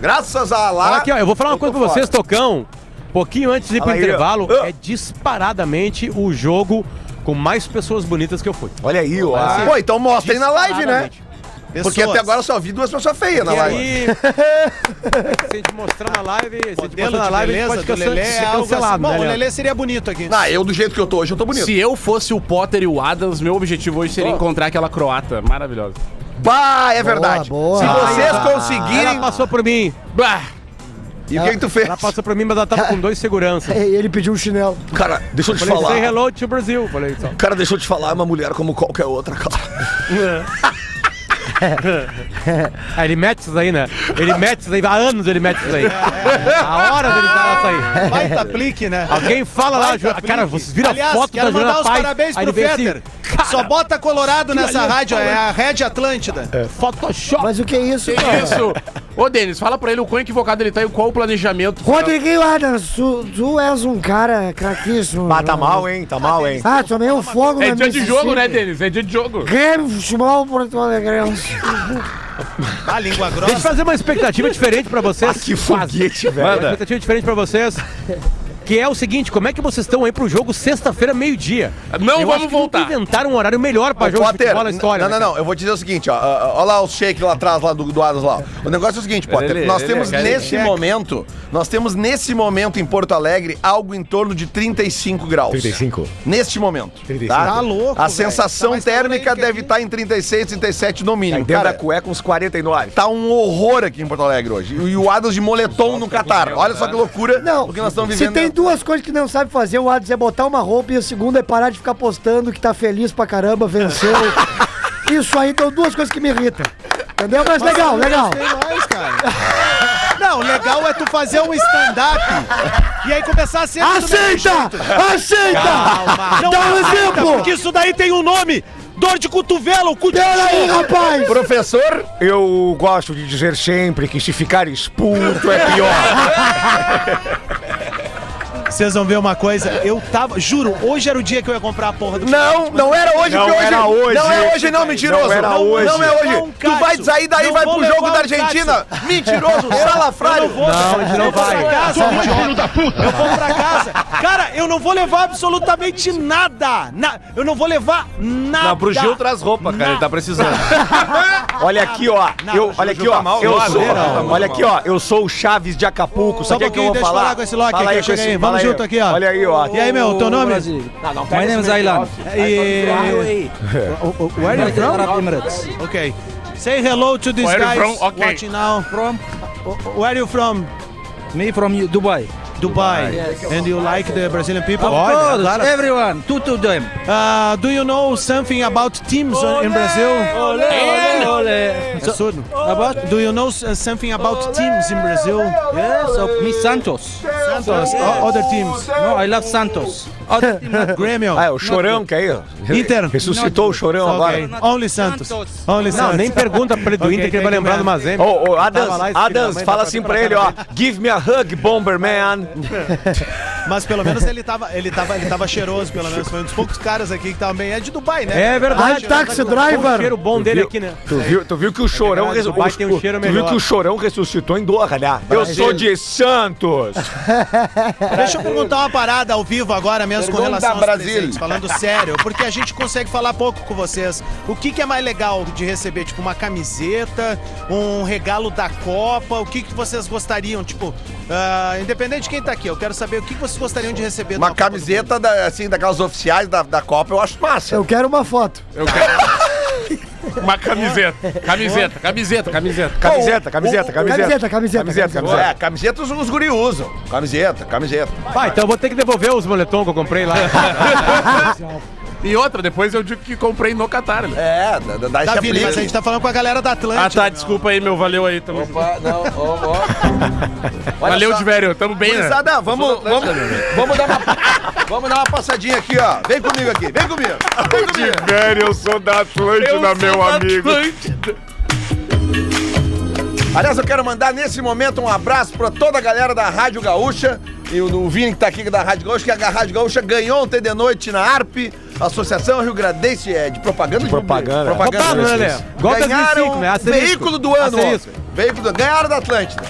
[SPEAKER 6] Graças a lá.
[SPEAKER 9] Fala aqui, ó, eu vou falar uma coisa
[SPEAKER 6] tô
[SPEAKER 9] pra vocês,
[SPEAKER 6] fora.
[SPEAKER 9] Tocão. Pouquinho antes de ir pro
[SPEAKER 6] Fala aí, ó.
[SPEAKER 9] intervalo, é disparadamente o jogo com mais pessoas bonitas que eu fui. assim,
[SPEAKER 1] Olha aí, ó.
[SPEAKER 6] Pô, então mostra aí na live, né?
[SPEAKER 9] Disparadamente.
[SPEAKER 6] Porque
[SPEAKER 9] Pessoas.
[SPEAKER 6] até agora eu só vi duas pessoas feias na
[SPEAKER 9] E
[SPEAKER 6] live.
[SPEAKER 9] aí, se a gente mostrar na live, se a gente
[SPEAKER 8] Modelo
[SPEAKER 9] mostrar na live,
[SPEAKER 8] de
[SPEAKER 9] a
[SPEAKER 8] beleza
[SPEAKER 9] gente pode
[SPEAKER 8] do
[SPEAKER 9] cancelar-
[SPEAKER 8] Lelê
[SPEAKER 9] ser
[SPEAKER 8] é algo
[SPEAKER 9] cancelado,
[SPEAKER 8] assim. Bom,
[SPEAKER 9] né,
[SPEAKER 8] o
[SPEAKER 9] Léo?
[SPEAKER 8] Lelê seria bonito aqui.
[SPEAKER 6] Ah, eu do jeito que eu tô hoje, eu tô bonito.
[SPEAKER 7] Se eu fosse o Potter e o Adams, meu objetivo hoje seria encontrar aquela croata maravilhosa.
[SPEAKER 6] Bah, é verdade. Se vocês conseguirem.
[SPEAKER 9] Ela passou por mim.
[SPEAKER 7] Bah.
[SPEAKER 6] E o que que tu fez?
[SPEAKER 9] Ela passou por mim, mas ela tava com dois seguranças.
[SPEAKER 11] Ele pediu um chinelo.
[SPEAKER 1] Cara, deixa eu te
[SPEAKER 9] Falei, say
[SPEAKER 1] falar.
[SPEAKER 9] hello to Brasil. Falei só.
[SPEAKER 1] Cara, deixa eu te falar, é uma mulher como qualquer outra, cara.
[SPEAKER 9] Ah, ele mete isso É. aí, né? Ele mete isso aí, há anos ele mete isso aí. Há horas ele dá isso aí.
[SPEAKER 8] Baita
[SPEAKER 6] tá
[SPEAKER 8] aplique, né?
[SPEAKER 9] Alguém fala lá,
[SPEAKER 8] Baita
[SPEAKER 9] Ju-
[SPEAKER 8] aplique.
[SPEAKER 9] cara, vocês viram a
[SPEAKER 8] Aliás,
[SPEAKER 9] foto
[SPEAKER 8] quero
[SPEAKER 9] da Joana
[SPEAKER 8] mandar os
[SPEAKER 9] Paz,
[SPEAKER 8] parabéns
[SPEAKER 9] aí
[SPEAKER 8] pro
[SPEAKER 9] ele vem
[SPEAKER 8] Fetter.
[SPEAKER 9] assim,
[SPEAKER 8] Só bota Colorado
[SPEAKER 9] aquilo
[SPEAKER 8] nessa
[SPEAKER 9] ali é
[SPEAKER 8] rádio, é a
[SPEAKER 9] falante.
[SPEAKER 8] Rede Atlântida.
[SPEAKER 9] Photoshop.
[SPEAKER 11] É. Mas o que é isso,
[SPEAKER 7] né? Que
[SPEAKER 11] cara?
[SPEAKER 7] isso? Ô, Denis, fala pra ele o quão equivocado ele tá e qual o planejamento.
[SPEAKER 11] Rodriguinho Adams, tu, tu és um cara craquíssimo. né?
[SPEAKER 1] Ah, tá mal, hein? Tá mal, hein?
[SPEAKER 11] Ah, tomei um fogo
[SPEAKER 7] É
[SPEAKER 11] na
[SPEAKER 7] dia de jogo,
[SPEAKER 11] Mississippi.
[SPEAKER 7] né, Denis? É dia de jogo.
[SPEAKER 11] Grêmio, futebol, Porto Alegrense.
[SPEAKER 8] A língua grossa.
[SPEAKER 9] Deixa eu fazer uma expectativa diferente pra
[SPEAKER 6] Ah,
[SPEAKER 9] vocês. que foguete,
[SPEAKER 1] velho.
[SPEAKER 9] Uma expectativa diferente pra vocês. Que é o seguinte, como é que vocês estão aí pro jogo sexta-feira, meio-dia?
[SPEAKER 7] Não
[SPEAKER 9] Eu
[SPEAKER 7] vamos
[SPEAKER 9] acho que
[SPEAKER 7] voltar.
[SPEAKER 9] nunca inventaram um horário melhor pra
[SPEAKER 6] Ô,
[SPEAKER 9] jogo de
[SPEAKER 6] Potter,
[SPEAKER 9] futebol na história.
[SPEAKER 6] não, não,
[SPEAKER 9] né,
[SPEAKER 6] não. Eu vou te dizer o seguinte, ó. ó, ó, Olha lá o shake lá atrás, lá do, do Adas lá. ó. O negócio é o seguinte, Potter.
[SPEAKER 13] Ele-
[SPEAKER 6] nós
[SPEAKER 13] ele- é
[SPEAKER 6] temos
[SPEAKER 13] ele-
[SPEAKER 6] nesse
[SPEAKER 13] ele-
[SPEAKER 6] momento, nós temos nesse momento em Porto Alegre algo em torno de 35 graus.
[SPEAKER 1] 35.
[SPEAKER 6] Neste momento.
[SPEAKER 1] 35.
[SPEAKER 8] Tá louco,
[SPEAKER 6] A
[SPEAKER 8] velho. Tá
[SPEAKER 6] sensação
[SPEAKER 8] mais
[SPEAKER 6] térmica
[SPEAKER 8] calor aí que
[SPEAKER 6] deve estar em 36, 37 no
[SPEAKER 1] Aí
[SPEAKER 6] mínimo.
[SPEAKER 1] dentro da
[SPEAKER 6] Cara,
[SPEAKER 1] cueca, uns 49.
[SPEAKER 6] tá um horror aqui em Porto Alegre hoje. E o Adas de moletom no Catar. Olha só que loucura
[SPEAKER 11] Não,
[SPEAKER 6] o que nós estamos
[SPEAKER 11] se
[SPEAKER 6] vivendo.
[SPEAKER 11] tem duas coisas que não sabe fazer, o Adams é botar uma roupa e o segundo é parar de ficar postando que tá feliz pra caramba, venceu. Isso aí dão duas coisas que me irritam. Entendeu? Mas legal, legal.
[SPEAKER 8] Tem mais, cara. Não, o legal é tu fazer um stand-up e aí começar a ser. do mesmo
[SPEAKER 11] Aceita!
[SPEAKER 8] jeito.
[SPEAKER 11] Aceita!
[SPEAKER 8] Não
[SPEAKER 11] Dá um
[SPEAKER 8] aceita, Porque
[SPEAKER 11] exemplo!
[SPEAKER 8] isso daí tem um nome! Dor de cotovelo, cu de
[SPEAKER 11] Peraí,
[SPEAKER 8] cachorro.
[SPEAKER 11] rapaz!
[SPEAKER 6] Professor,
[SPEAKER 1] Eu gosto de dizer sempre que se ficar expulso é pior.
[SPEAKER 8] Vocês vão ver uma coisa, eu tava. Juro, hoje era o dia que eu ia comprar a porra do.
[SPEAKER 6] Não, não era hoje,
[SPEAKER 1] Não
[SPEAKER 6] porque hoje,
[SPEAKER 1] era hoje.
[SPEAKER 6] Não é hoje, não, mentiroso.
[SPEAKER 1] Não era hoje.
[SPEAKER 6] Não é hoje.
[SPEAKER 8] Não,
[SPEAKER 6] tu vai
[SPEAKER 8] um Cássio,
[SPEAKER 6] sair daí e
[SPEAKER 8] não
[SPEAKER 6] vai
[SPEAKER 8] vou
[SPEAKER 6] pro jogo
[SPEAKER 8] levar
[SPEAKER 6] da
[SPEAKER 8] o Cássio.
[SPEAKER 6] Argentina. Mentiroso, salafrário.
[SPEAKER 9] Não, a gente não
[SPEAKER 8] eu vou
[SPEAKER 9] vai. um
[SPEAKER 8] pra casa, idiota.
[SPEAKER 10] da puta!
[SPEAKER 8] Eu vou pra casa. Cara, eu não vou levar absolutamente nada. Na- eu não vou levar nada.
[SPEAKER 13] Não, pro Gil traz roupa, cara. Ele tá precisando.
[SPEAKER 1] Olha aqui, ó.
[SPEAKER 8] Não,
[SPEAKER 1] Eu,
[SPEAKER 8] o
[SPEAKER 1] olha
[SPEAKER 13] Juju
[SPEAKER 1] aqui,
[SPEAKER 13] tá mal,
[SPEAKER 1] ó. Eu
[SPEAKER 13] não,
[SPEAKER 1] sou,
[SPEAKER 13] não, tá muito
[SPEAKER 1] olha
[SPEAKER 13] mal.
[SPEAKER 1] aqui, ó. Eu sou o Chaves de Acapulco.
[SPEAKER 8] Só um
[SPEAKER 1] Sabe o que, que
[SPEAKER 8] pouquinho,
[SPEAKER 1] eu vou
[SPEAKER 8] deixa eu
[SPEAKER 1] falar?
[SPEAKER 8] falar com esse Loki
[SPEAKER 1] Fala
[SPEAKER 8] aqui,
[SPEAKER 1] aí
[SPEAKER 8] eu
[SPEAKER 1] com
[SPEAKER 8] cheguei
[SPEAKER 1] esse-
[SPEAKER 8] aí.
[SPEAKER 1] fala
[SPEAKER 8] Vamos
[SPEAKER 1] aí.
[SPEAKER 8] junto aqui, ó.
[SPEAKER 1] Olha aí, ó.
[SPEAKER 8] E aí, meu, teu nome?
[SPEAKER 15] My name is Aylan.
[SPEAKER 8] E...
[SPEAKER 15] Where are you from? Arab Emirates.
[SPEAKER 8] Ok. Say hello to these
[SPEAKER 10] Where you
[SPEAKER 8] guys
[SPEAKER 10] from? Okay.
[SPEAKER 8] watching now. From? Where are you from?
[SPEAKER 15] Me from you- Dubai.
[SPEAKER 8] Dubai. And you like the Brazilian people?
[SPEAKER 15] Of course, everyone, two to them.
[SPEAKER 8] Uh, do you know something about teams in Brazil? Eh?
[SPEAKER 15] Olé, olé.
[SPEAKER 8] É surdo? About? Do you know s- uh, something about teams in Brazil?
[SPEAKER 15] Yes, of me Santos.
[SPEAKER 8] Santos, o- other teams.
[SPEAKER 15] No, I love Santos. Other team not good.
[SPEAKER 8] é Grêmio.
[SPEAKER 1] Ah, é o chorão que aí, ó.
[SPEAKER 8] Inter.
[SPEAKER 1] Ressuscitou o chorão
[SPEAKER 8] Ok.
[SPEAKER 1] agora.
[SPEAKER 8] Only Santos.
[SPEAKER 15] Santos.
[SPEAKER 8] Only
[SPEAKER 9] cara? Não,
[SPEAKER 8] Santos.
[SPEAKER 9] nem pergunta pra ele do
[SPEAKER 8] Ok,
[SPEAKER 9] Inter que
[SPEAKER 8] thank
[SPEAKER 9] ele vai
[SPEAKER 8] you,
[SPEAKER 9] lembrar
[SPEAKER 8] man.
[SPEAKER 9] do Mazembe.
[SPEAKER 1] Ô, ô, Adams,
[SPEAKER 9] Tava lá, esse filho da
[SPEAKER 1] Adams,
[SPEAKER 9] mãe,
[SPEAKER 1] fala
[SPEAKER 9] tá
[SPEAKER 1] assim
[SPEAKER 9] pra
[SPEAKER 1] pra ele, ó. Give me a hug, Bomberman.
[SPEAKER 8] Mas pelo menos ele tava, ele tava, ele tava cheiroso, pelo menos. Foi um dos poucos caras aqui que tava bem. É de Dubai, né?
[SPEAKER 9] É verdade.
[SPEAKER 11] Ai, taxi
[SPEAKER 9] O
[SPEAKER 11] driver!
[SPEAKER 9] cheiro bom dele aqui, né?
[SPEAKER 1] Tu viu, tu viu que o chorão
[SPEAKER 9] verdade,
[SPEAKER 1] resu-
[SPEAKER 9] Dubai
[SPEAKER 1] o-
[SPEAKER 9] tem um cheiro
[SPEAKER 1] tu viu
[SPEAKER 9] melhor.
[SPEAKER 1] que o chorão ressuscitou em Doha, né? Eu sou de Santos.
[SPEAKER 8] Deixa eu perguntar uma parada ao vivo agora mesmo com
[SPEAKER 6] Pergunta,
[SPEAKER 8] relação aos
[SPEAKER 6] Brasil.
[SPEAKER 8] presentes, falando sério, porque a gente consegue falar pouco com vocês. O que, que é mais legal de receber? Tipo, uma camiseta, um regalo da Copa, o que, que vocês gostariam? Tipo, ah, independente de quem tá aqui, eu quero saber o que, que vocês vocês gostariam de receber?
[SPEAKER 6] Uma camiseta da, assim, daquelas oficiais da, da Copa, eu acho massa.
[SPEAKER 11] Eu quero uma foto.
[SPEAKER 6] Eu quero.
[SPEAKER 7] Uma camiseta. Camiseta,
[SPEAKER 6] Camiseta,
[SPEAKER 7] camiseta, camiseta.
[SPEAKER 6] camiseta,
[SPEAKER 11] Camiseta, camiseta,
[SPEAKER 6] Camiseta,
[SPEAKER 11] camiseta.
[SPEAKER 6] camiseta. É, camiseta os, os guri usam. Camiseta, camiseta.
[SPEAKER 9] Vai, então eu vou ter que devolver os moletons que eu comprei lá.
[SPEAKER 7] E outra, depois eu digo que comprei no Catar. Né?
[SPEAKER 6] É, da, da,
[SPEAKER 8] Da Vinícius, a gente tá falando né? com a galera da Atlântica.
[SPEAKER 7] Ah, tá, desculpa aí, meu. Valeu aí, tamo junto.
[SPEAKER 6] não, ó,
[SPEAKER 7] Valeu, de velho. Tamo bem, né?
[SPEAKER 6] Gurizada, vamos, vamos, vamos, dar uma, vamos dar uma passadinha aqui, ó. Vem comigo aqui, vem comigo. Vem comigo.
[SPEAKER 16] Velho, eu sou da Atlântida, meu amigo.
[SPEAKER 6] Aliás, eu quero mandar nesse momento um abraço pra toda a galera da Rádio Gaúcha e o do Vini que tá aqui da Rádio Gaúcha, que a Rádio Gaúcha ganhou ontem de noite na ARP, Associação Rio Grandense é, de Propaganda. De
[SPEAKER 1] Propaganda.
[SPEAKER 6] propaganda.
[SPEAKER 9] Propaganda, né? Igual
[SPEAKER 6] Ganharam
[SPEAKER 9] 2005, né? Asterisco.
[SPEAKER 6] veículo do ano.
[SPEAKER 9] Asterisco.
[SPEAKER 6] ontem. Veículo do... Ganharam da Atlântida.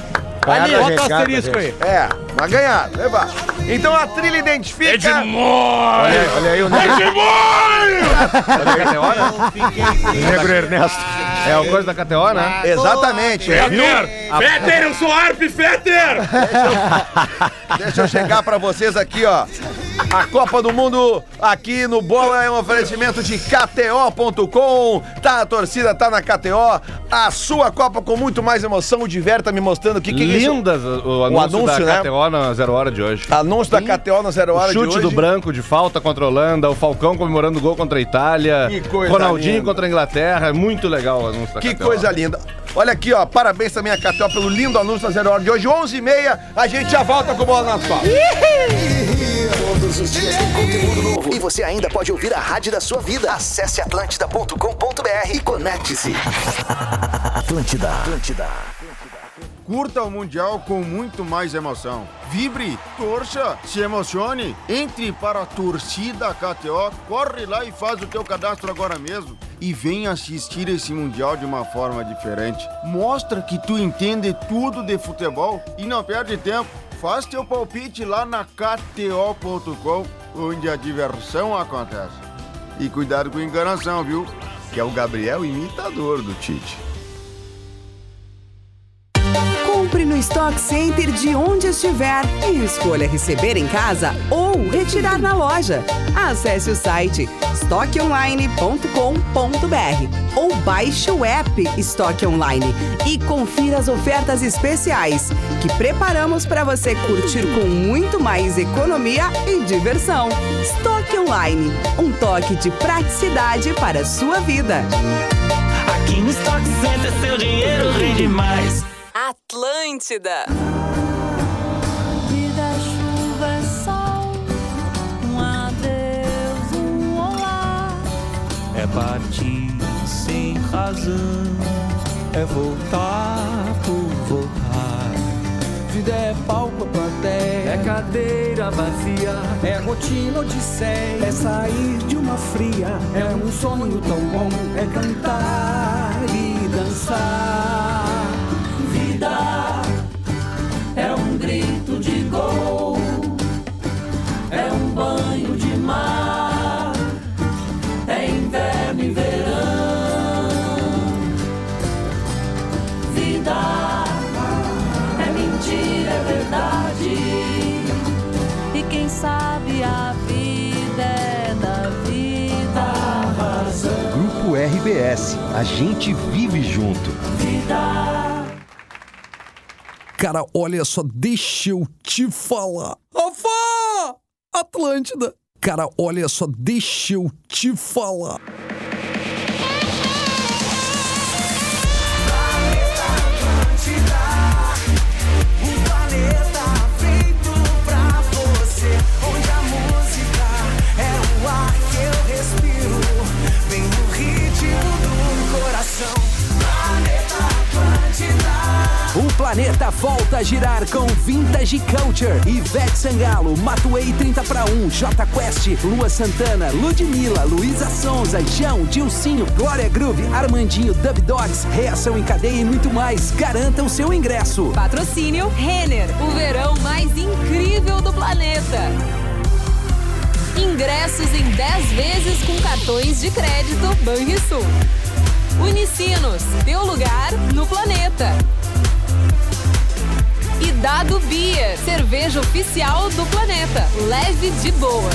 [SPEAKER 1] Ganharam da gente,
[SPEAKER 6] bota o
[SPEAKER 1] ganharam da gente.
[SPEAKER 6] É, mas ganharam. Leva. Então a trilha identifica...
[SPEAKER 16] Olha aí, olha aí o negro.
[SPEAKER 6] Olha aí, Cateó, né?
[SPEAKER 1] Negro Ernesto.
[SPEAKER 6] É o coisa da KTO, né? Exatamente. é, viu?
[SPEAKER 16] Fetter! Fetter, eu sou Arp, Fetter!
[SPEAKER 6] Deixa eu chegar pra vocês aqui, ó. A Copa do Mundo aqui no Bola é um oferecimento de KTO.com. Tá, a torcida tá na KTO. A sua Copa com muito mais emoção. O Diver tá me mostrando o que, que é isso.
[SPEAKER 13] Lindas o anúncio,
[SPEAKER 6] anúncio,
[SPEAKER 13] da
[SPEAKER 6] né?
[SPEAKER 13] KTO na Zero Hora de hoje.
[SPEAKER 6] Anúncio da KTO na zero
[SPEAKER 13] O
[SPEAKER 6] hora
[SPEAKER 13] chute
[SPEAKER 6] de hoje.
[SPEAKER 13] do branco de falta contra a Holanda, o Falcão comemorando o gol contra a Itália,
[SPEAKER 6] Que coisa
[SPEAKER 13] Ronaldinho
[SPEAKER 6] linda.
[SPEAKER 13] contra a Inglaterra, é muito legal o anúncio da
[SPEAKER 6] Que
[SPEAKER 13] KTO.
[SPEAKER 6] coisa linda. Olha aqui, ó. Parabéns também a KTO pelo lindo anúncio na zero hora de hoje. 11h30, a gente já volta com o Bola nas Copas.
[SPEAKER 5] Todos os dias tem conteúdo novo. E você ainda pode ouvir a rádio da sua vida. Acesse atlântida.com.br e conecte-se. Atlântida. Atlântida.
[SPEAKER 17] Curta o Mundial com muito mais emoção. Vibre, torça, se emocione. Entre para a torcida KTO, corre lá e faz o teu cadastro agora mesmo. E vem assistir esse Mundial de uma forma diferente. Mostra que tu entende tudo de futebol e não perde tempo. Faz teu palpite lá na KTO.com, onde a diversão acontece. E cuidado com a enganação, viu? Que é o Gabriel imitador do Tite.
[SPEAKER 18] Compre no Stock Center de onde estiver e escolha receber em casa ou retirar na loja. Acesse o site stockonline.com.br ou baixe o app Stock Online e confira as ofertas especiais que preparamos para você curtir com muito mais economia e diversão. Stock Online, um toque de praticidade para a sua vida.
[SPEAKER 4] Aqui no Stock Center seu dinheiro rende mais.
[SPEAKER 18] Atlântida.
[SPEAKER 19] Vida, chuva é sol, um adeus, um olá.
[SPEAKER 4] É partir sem razão, é voltar por voltar. Vida é palco, é plateia, é cadeira vazia, é rotina odisseia, é sair de uma fria, é um sonho tão bom, é cantar e dançar. Vida é um grito de gol, é um banho de mar. É inverno e verão. Vida é mentira, é verdade.
[SPEAKER 19] E quem sabe a vida é da vida.
[SPEAKER 20] Grupo RBS, a gente vive junto.
[SPEAKER 3] Cara, olha só, deixa eu te falar. Avá! Atlântida. Cara, olha só, deixa eu te falar.
[SPEAKER 4] O planeta feito pra você, onde a música é o ar que eu respiro, vem no ritmo do coração. Planeta Atlântida.
[SPEAKER 3] O planeta volta a girar com Vintage Culture, Ivete Sangalo, Matuei 30 para 1, J Quest, Lua Santana, Ludmilla, Luísa Sonza, Jão, Dilcinho, Glória Groove, Armandinho, Dub Dogs, Reação em Cadeia e muito mais. Garanta o seu ingresso.
[SPEAKER 2] Patrocínio Renner, o verão mais incrível do planeta. Ingressos em 10 vezes com cartões de crédito Banrisul. Unicinos, teu lugar no planeta. E Dado Beer, cerveja oficial do planeta. Leve de boas.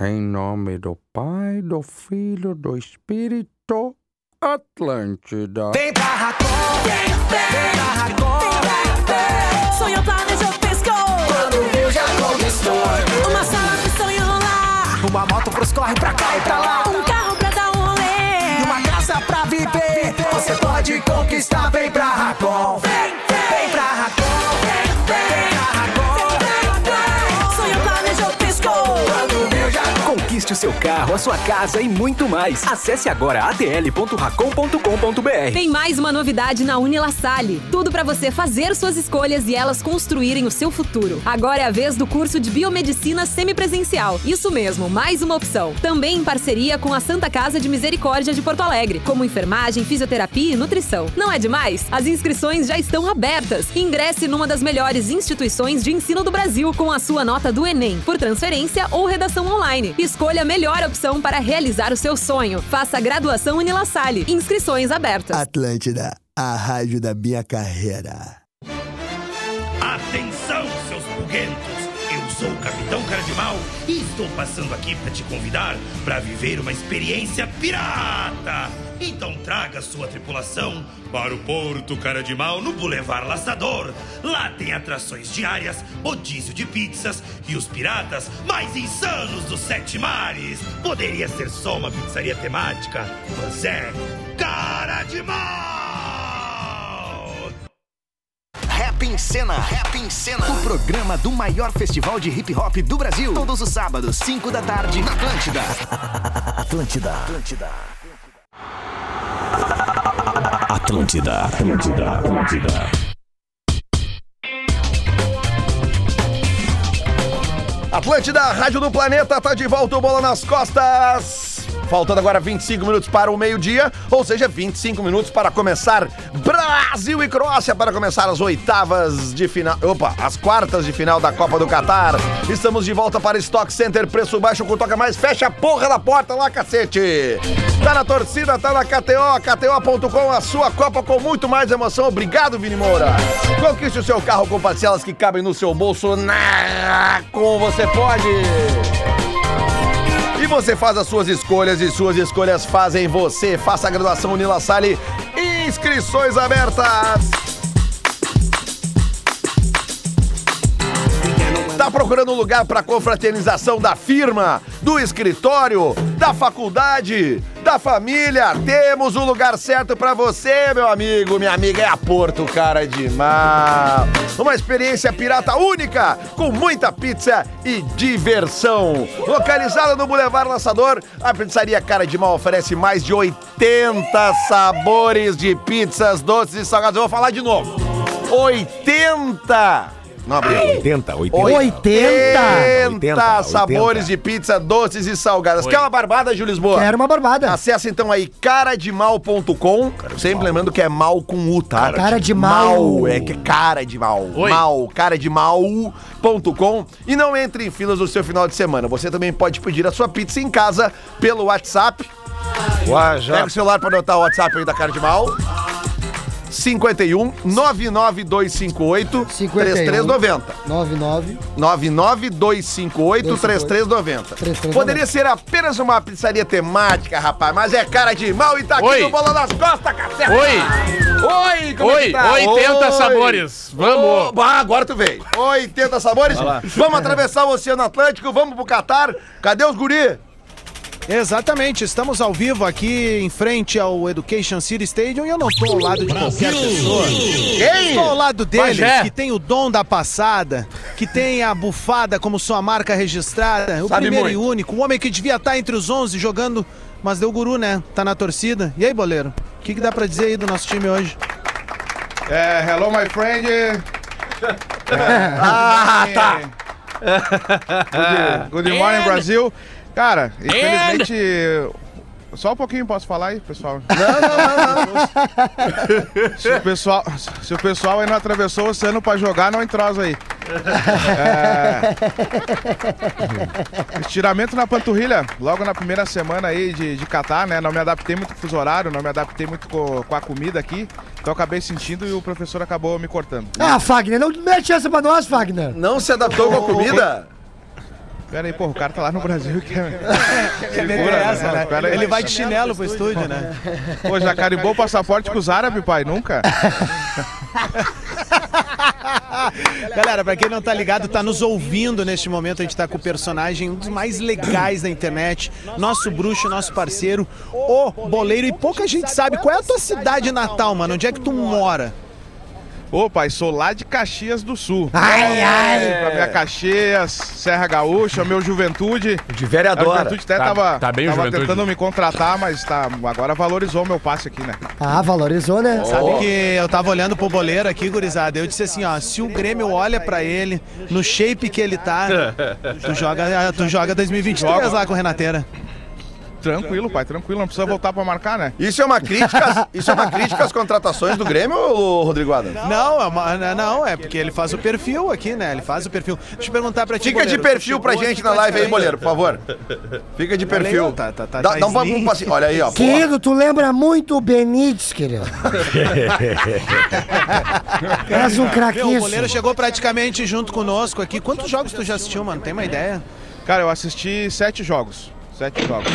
[SPEAKER 21] Em nome do Pai, do Filho, do Espírito Atlântida.
[SPEAKER 4] Tem barracão, tem, tem barracão, tem, tem. Sonho planejou, pescou. Quando viu, já conquistou. Uma sala de sonho lá. Uma moto pros corre pra cá e pra lá. Um carro pra dar um rolê. E uma casa pra viver. Você pode conquistar, vem pra Racon. Vem, vem. Vem pra Racon. Vem, vem. Racon. Sonho planejou, pescou. Quando viu, já
[SPEAKER 3] Conquiste o seu carro, a sua casa e muito mais. Acesse agora atl.racon.com.br.
[SPEAKER 4] É
[SPEAKER 2] Tem mais uma novidade na Unilassalle. Tudo para você fazer suas escolhas e elas construírem o seu futuro. Agora é a vez do curso de biomedicina semipresencial. Isso mesmo, mais uma opção. Também em parceria com a Santa Casa de Misericórdia de Porto Alegre, como enfermagem, fisioterapia e nutrição. Não é demais? As inscrições já estão abertas. Ingresse numa das melhores instituições de ensino do Brasil com a sua nota do Enem, por transferência ou redação online. Escolha a melhor opção para realizar o seu sonho. Faça a graduação Unilassalle. Inscrições abertas.
[SPEAKER 22] Atlântida, a rádio da minha carreira.
[SPEAKER 23] Atenção, seus buguentos! Eu sou o Capitão Cara de Mal e estou passando aqui para te convidar para viver uma experiência pirata! Então traga sua tripulação para o Porto Cara de Mal no Boulevard Laçador. Lá tem atrações diárias, rodízio de pizzas e os piratas mais insanos dos sete mares. Poderia ser só uma pizzaria temática, mas é Cara de Mal!
[SPEAKER 5] Rap em Cena, Rap em Cena. O programa do maior festival de hip hop do Brasil. Todos os sábados, 5 da tarde, na Atlântida.
[SPEAKER 22] Atlântida. Atlântida.
[SPEAKER 3] Atlântida, Atlântida, Atlântida.
[SPEAKER 6] Atlântida, Rádio do Planeta, tá de volta o Bola nas Costas. Faltando agora 25 minutos para o meio-dia, ou seja, 25 minutos para começar Brasil e Croácia para começar as oitavas de final. Opa, as quartas de final da Copa do Catar. Estamos de volta para Stock Center, preço baixo com toca mais. Fecha a porra da porta lá, cacete. Tá na torcida, tá na KTO, KTO.com, a sua Copa com muito mais emoção. Obrigado, Vini Moura. Conquiste o seu carro com parcelas que cabem no seu bolso. Na... Como você pode. E você faz as suas escolhas e suas escolhas fazem você. Faça a graduação Unila Salle. Inscrições abertas. Tá procurando um lugar para confraternização da firma, do escritório, da faculdade, da família? Temos o lugar certo para você, meu amigo, minha amiga. É a Porto Cara de Mar. Uma experiência pirata única, com muita pizza e diversão. Localizada no Boulevard Lançador, a pizzaria Cara de Mal oferece mais de 80 sabores de pizzas, doces e salgados. Eu vou falar de novo. 80! Não abriu.
[SPEAKER 1] 80, 80.
[SPEAKER 6] 80 sabores de pizza, doces e salgadas. Quer uma barbada, Júlio Lisboa?
[SPEAKER 11] Quero uma barbada.
[SPEAKER 6] Acesse então aí carademal.com. Sempre lembrando que é mal com U, tá?
[SPEAKER 11] Cara de Cara de mal.
[SPEAKER 6] É que é cara de mal. Mal, cara de mal.com. E não entre em filas no seu final de semana. Você também pode pedir a sua pizza em casa pelo WhatsApp. Pega o celular pra anotar o WhatsApp aí da cara de mal. 51 99258 3390.
[SPEAKER 11] 99.
[SPEAKER 6] 99258 3390. Poderia ser apenas uma pizzaria temática, rapaz, mas é cara de mal e tá aqui
[SPEAKER 7] Oi.
[SPEAKER 6] no Bola das Costas, caceta!
[SPEAKER 7] Oi.
[SPEAKER 6] Oi! Como é que
[SPEAKER 7] Oi,
[SPEAKER 6] tá?
[SPEAKER 7] 80 sabores. Vamos.
[SPEAKER 6] Oh, ah, agora tu veio. 80 sabores?
[SPEAKER 7] Vai lá.
[SPEAKER 6] Vamos atravessar o Oceano Atlântico, vamos pro Catar. Cadê os guri?
[SPEAKER 8] Exatamente, estamos ao vivo aqui em frente ao Education City Stadium e eu não estou ao lado de qualquer pessoa.
[SPEAKER 6] Quem?
[SPEAKER 8] Estou ao lado deles,
[SPEAKER 6] Pajé.
[SPEAKER 8] que tem o dom da passada, que tem a bufada como sua marca registrada, o
[SPEAKER 6] Sabe
[SPEAKER 8] primeiro e
[SPEAKER 6] muito.
[SPEAKER 8] único, o homem que devia estar entre os 11 jogando, mas deu guru, né? Tá na torcida. E aí, boleiro? O que, que dá pra dizer aí do nosso time hoje?
[SPEAKER 24] É, hello, my friend.
[SPEAKER 6] Ah, tá.
[SPEAKER 24] Good, good morning, And- Brasil. Cara, And- infelizmente. Só um pouquinho posso falar aí, pessoal? se, o pessoal se o pessoal aí não atravessou o oceano pra jogar, não entrosa aí. É, Estiramento na panturrilha, logo na primeira semana aí de, de catar, né? Não me adaptei muito com o fuso horário, não me adaptei muito co- com a comida aqui. Então acabei sentindo e o professor acabou me cortando.
[SPEAKER 11] Ah, Fagner, não mete essa pra nós, Fagner.
[SPEAKER 6] Não se adaptou com a comida?
[SPEAKER 24] Pera aí, porra, o cara tá lá no Brasil e quer. é
[SPEAKER 8] Quer meter essa, né? Ele vai de chinelo pro estúdio, né?
[SPEAKER 24] Pô, já carimbou o passaporte com os árabes, pai? Nunca?
[SPEAKER 8] Galera, pra quem não tá ligado, tá nos ouvindo neste momento, a gente tá com o personagem, um dos mais legais da internet, nosso bruxo, nosso parceiro, o Boleiro, e pouca gente sabe qual é a tua cidade natal, mano, onde é que tu mora?
[SPEAKER 24] Ô, pai, sou lá de Caxias do Sul.
[SPEAKER 11] Ai, ai!
[SPEAKER 24] Pra minha Caxias, Serra Gaúcha, meu Juventude.
[SPEAKER 1] De vereadora.
[SPEAKER 24] A Juventude até
[SPEAKER 1] Tá-
[SPEAKER 24] tava,
[SPEAKER 1] tá bem o
[SPEAKER 24] tava
[SPEAKER 1] Juventude.
[SPEAKER 24] tentando me contratar, mas tá, agora valorizou meu passe aqui, né?
[SPEAKER 11] Ah, valorizou, né?
[SPEAKER 8] Sabe que eu tava olhando pro boleiro aqui, gurizada, eu disse assim, ó, se o Grêmio olha pra ele, no shape que ele tá, tu joga, tu joga 2023 lá com o Renateira.
[SPEAKER 24] Tranquilo, pai, tranquilo, não precisa voltar pra marcar, né?
[SPEAKER 6] Isso é uma crítica, isso é uma crítica às contratações do Grêmio, ô, Rodrigo Adams?
[SPEAKER 8] Não, é uma- não, não, é porque ele faz o perfil aqui, né? Ele faz o perfil. Deixa eu perguntar pra ti.
[SPEAKER 6] Fica é de
[SPEAKER 8] Boleiro,
[SPEAKER 6] perfil
[SPEAKER 8] tu
[SPEAKER 6] pra
[SPEAKER 8] chegou
[SPEAKER 6] gente
[SPEAKER 8] aqui,
[SPEAKER 6] na
[SPEAKER 8] tá
[SPEAKER 6] live aí,
[SPEAKER 8] diferente.
[SPEAKER 6] boleiro, por favor. Fica de
[SPEAKER 8] Tá
[SPEAKER 6] perfil.
[SPEAKER 8] legal, tá- tá- tá-
[SPEAKER 6] dá,
[SPEAKER 8] tá
[SPEAKER 6] dá um papo
[SPEAKER 8] slim.
[SPEAKER 6] pra Olha aí, ó.
[SPEAKER 11] Querido, tu lembra muito o Benítez, querido. És um craquíssimo.
[SPEAKER 8] Meu, o goleiro chegou praticamente junto conosco aqui. Quantos jogos tu já assistiu, mano? Tem uma ideia?
[SPEAKER 24] É? Cara, eu assisti sete jogos. Sete jogos.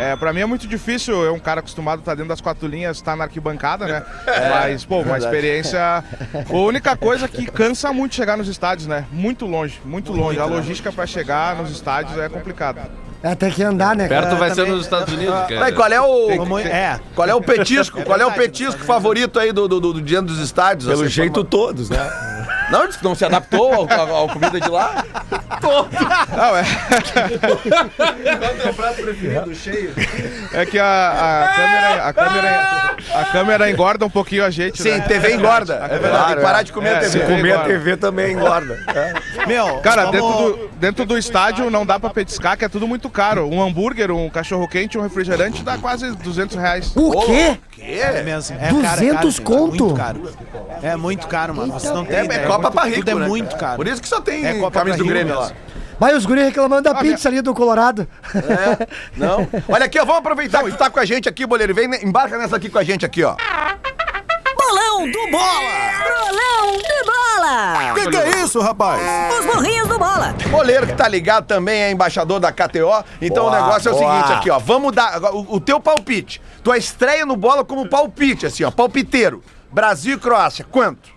[SPEAKER 24] É, pra mim é muito difícil, eu um cara acostumado a estar dentro das quatro linhas, estar na arquibancada, né? É, Mas, pô, uma verdade. experiência. A única coisa que cansa muito chegar nos estádios, né? Muito longe, muito longe. A logística pra chegar nos estádios é complicada.
[SPEAKER 11] É, tem que andar, né? cara?
[SPEAKER 24] Estados Unidos,
[SPEAKER 6] Vai, qual é o.
[SPEAKER 8] É.
[SPEAKER 6] Qual é o petisco? Qual é o petisco favorito aí do, do, do, do diante dos estádios? assim,
[SPEAKER 1] Pelo jeito, todos, né?
[SPEAKER 6] Não, disse que não se adaptou ao- ao- ao comida de lá.
[SPEAKER 24] Não, é. É que a, a câmera, a, câmera, a câmera engorda um pouquinho a gente.
[SPEAKER 6] Sim,
[SPEAKER 24] né?
[SPEAKER 6] TV engorda.
[SPEAKER 24] A
[SPEAKER 6] É
[SPEAKER 24] câmera- É,
[SPEAKER 6] verdade, tem que parar de comer a TV. Se comer a
[SPEAKER 1] TV também engorda.
[SPEAKER 8] Meu,
[SPEAKER 24] cara,
[SPEAKER 8] vamos-
[SPEAKER 24] dentro, do, dentro do estádio não dá pra petiscar, que é tudo muito caro. Um hambúrguer, um cachorro-quente, um refrigerante dá quase 200 reais.
[SPEAKER 11] O quê?
[SPEAKER 8] É mesmo. É
[SPEAKER 11] 200
[SPEAKER 8] gente,
[SPEAKER 11] conto?
[SPEAKER 8] É muito caro. É muito caro, mano. Vocês não
[SPEAKER 6] É,
[SPEAKER 8] têm
[SPEAKER 6] é
[SPEAKER 8] ideia.
[SPEAKER 6] Copa
[SPEAKER 8] muito,
[SPEAKER 6] pra rico,
[SPEAKER 8] Tudo é
[SPEAKER 6] né,
[SPEAKER 8] muito
[SPEAKER 6] cara?
[SPEAKER 8] caro. É
[SPEAKER 6] Por isso que só tem
[SPEAKER 8] Copa
[SPEAKER 6] camisa
[SPEAKER 8] pra
[SPEAKER 6] do
[SPEAKER 8] rico
[SPEAKER 6] Grêmio
[SPEAKER 8] mesmo.
[SPEAKER 6] lá.
[SPEAKER 11] Mas os guris reclamando
[SPEAKER 6] Ah,
[SPEAKER 11] da pizza ali do Colorado.
[SPEAKER 6] É. Não. Olha aqui, ó, vamos aproveitar que tu tá com a gente aqui, boleiro. Vem, né, embarca nessa aqui com a gente aqui, ó.
[SPEAKER 10] Bolão do Bola! Bolão do Bola!
[SPEAKER 6] Que que é isso, rapaz?
[SPEAKER 10] Os burrinhos do Bola!
[SPEAKER 6] Boleiro que tá ligado também é embaixador da KTO. Então
[SPEAKER 1] Boa,
[SPEAKER 6] o negócio é o
[SPEAKER 1] boa.
[SPEAKER 6] seguinte aqui, ó. Vamos dar agora, o, o teu palpite. Tua estreia no bola como palpite, assim, ó. Palpiteiro. Brasil e Croácia. Quanto?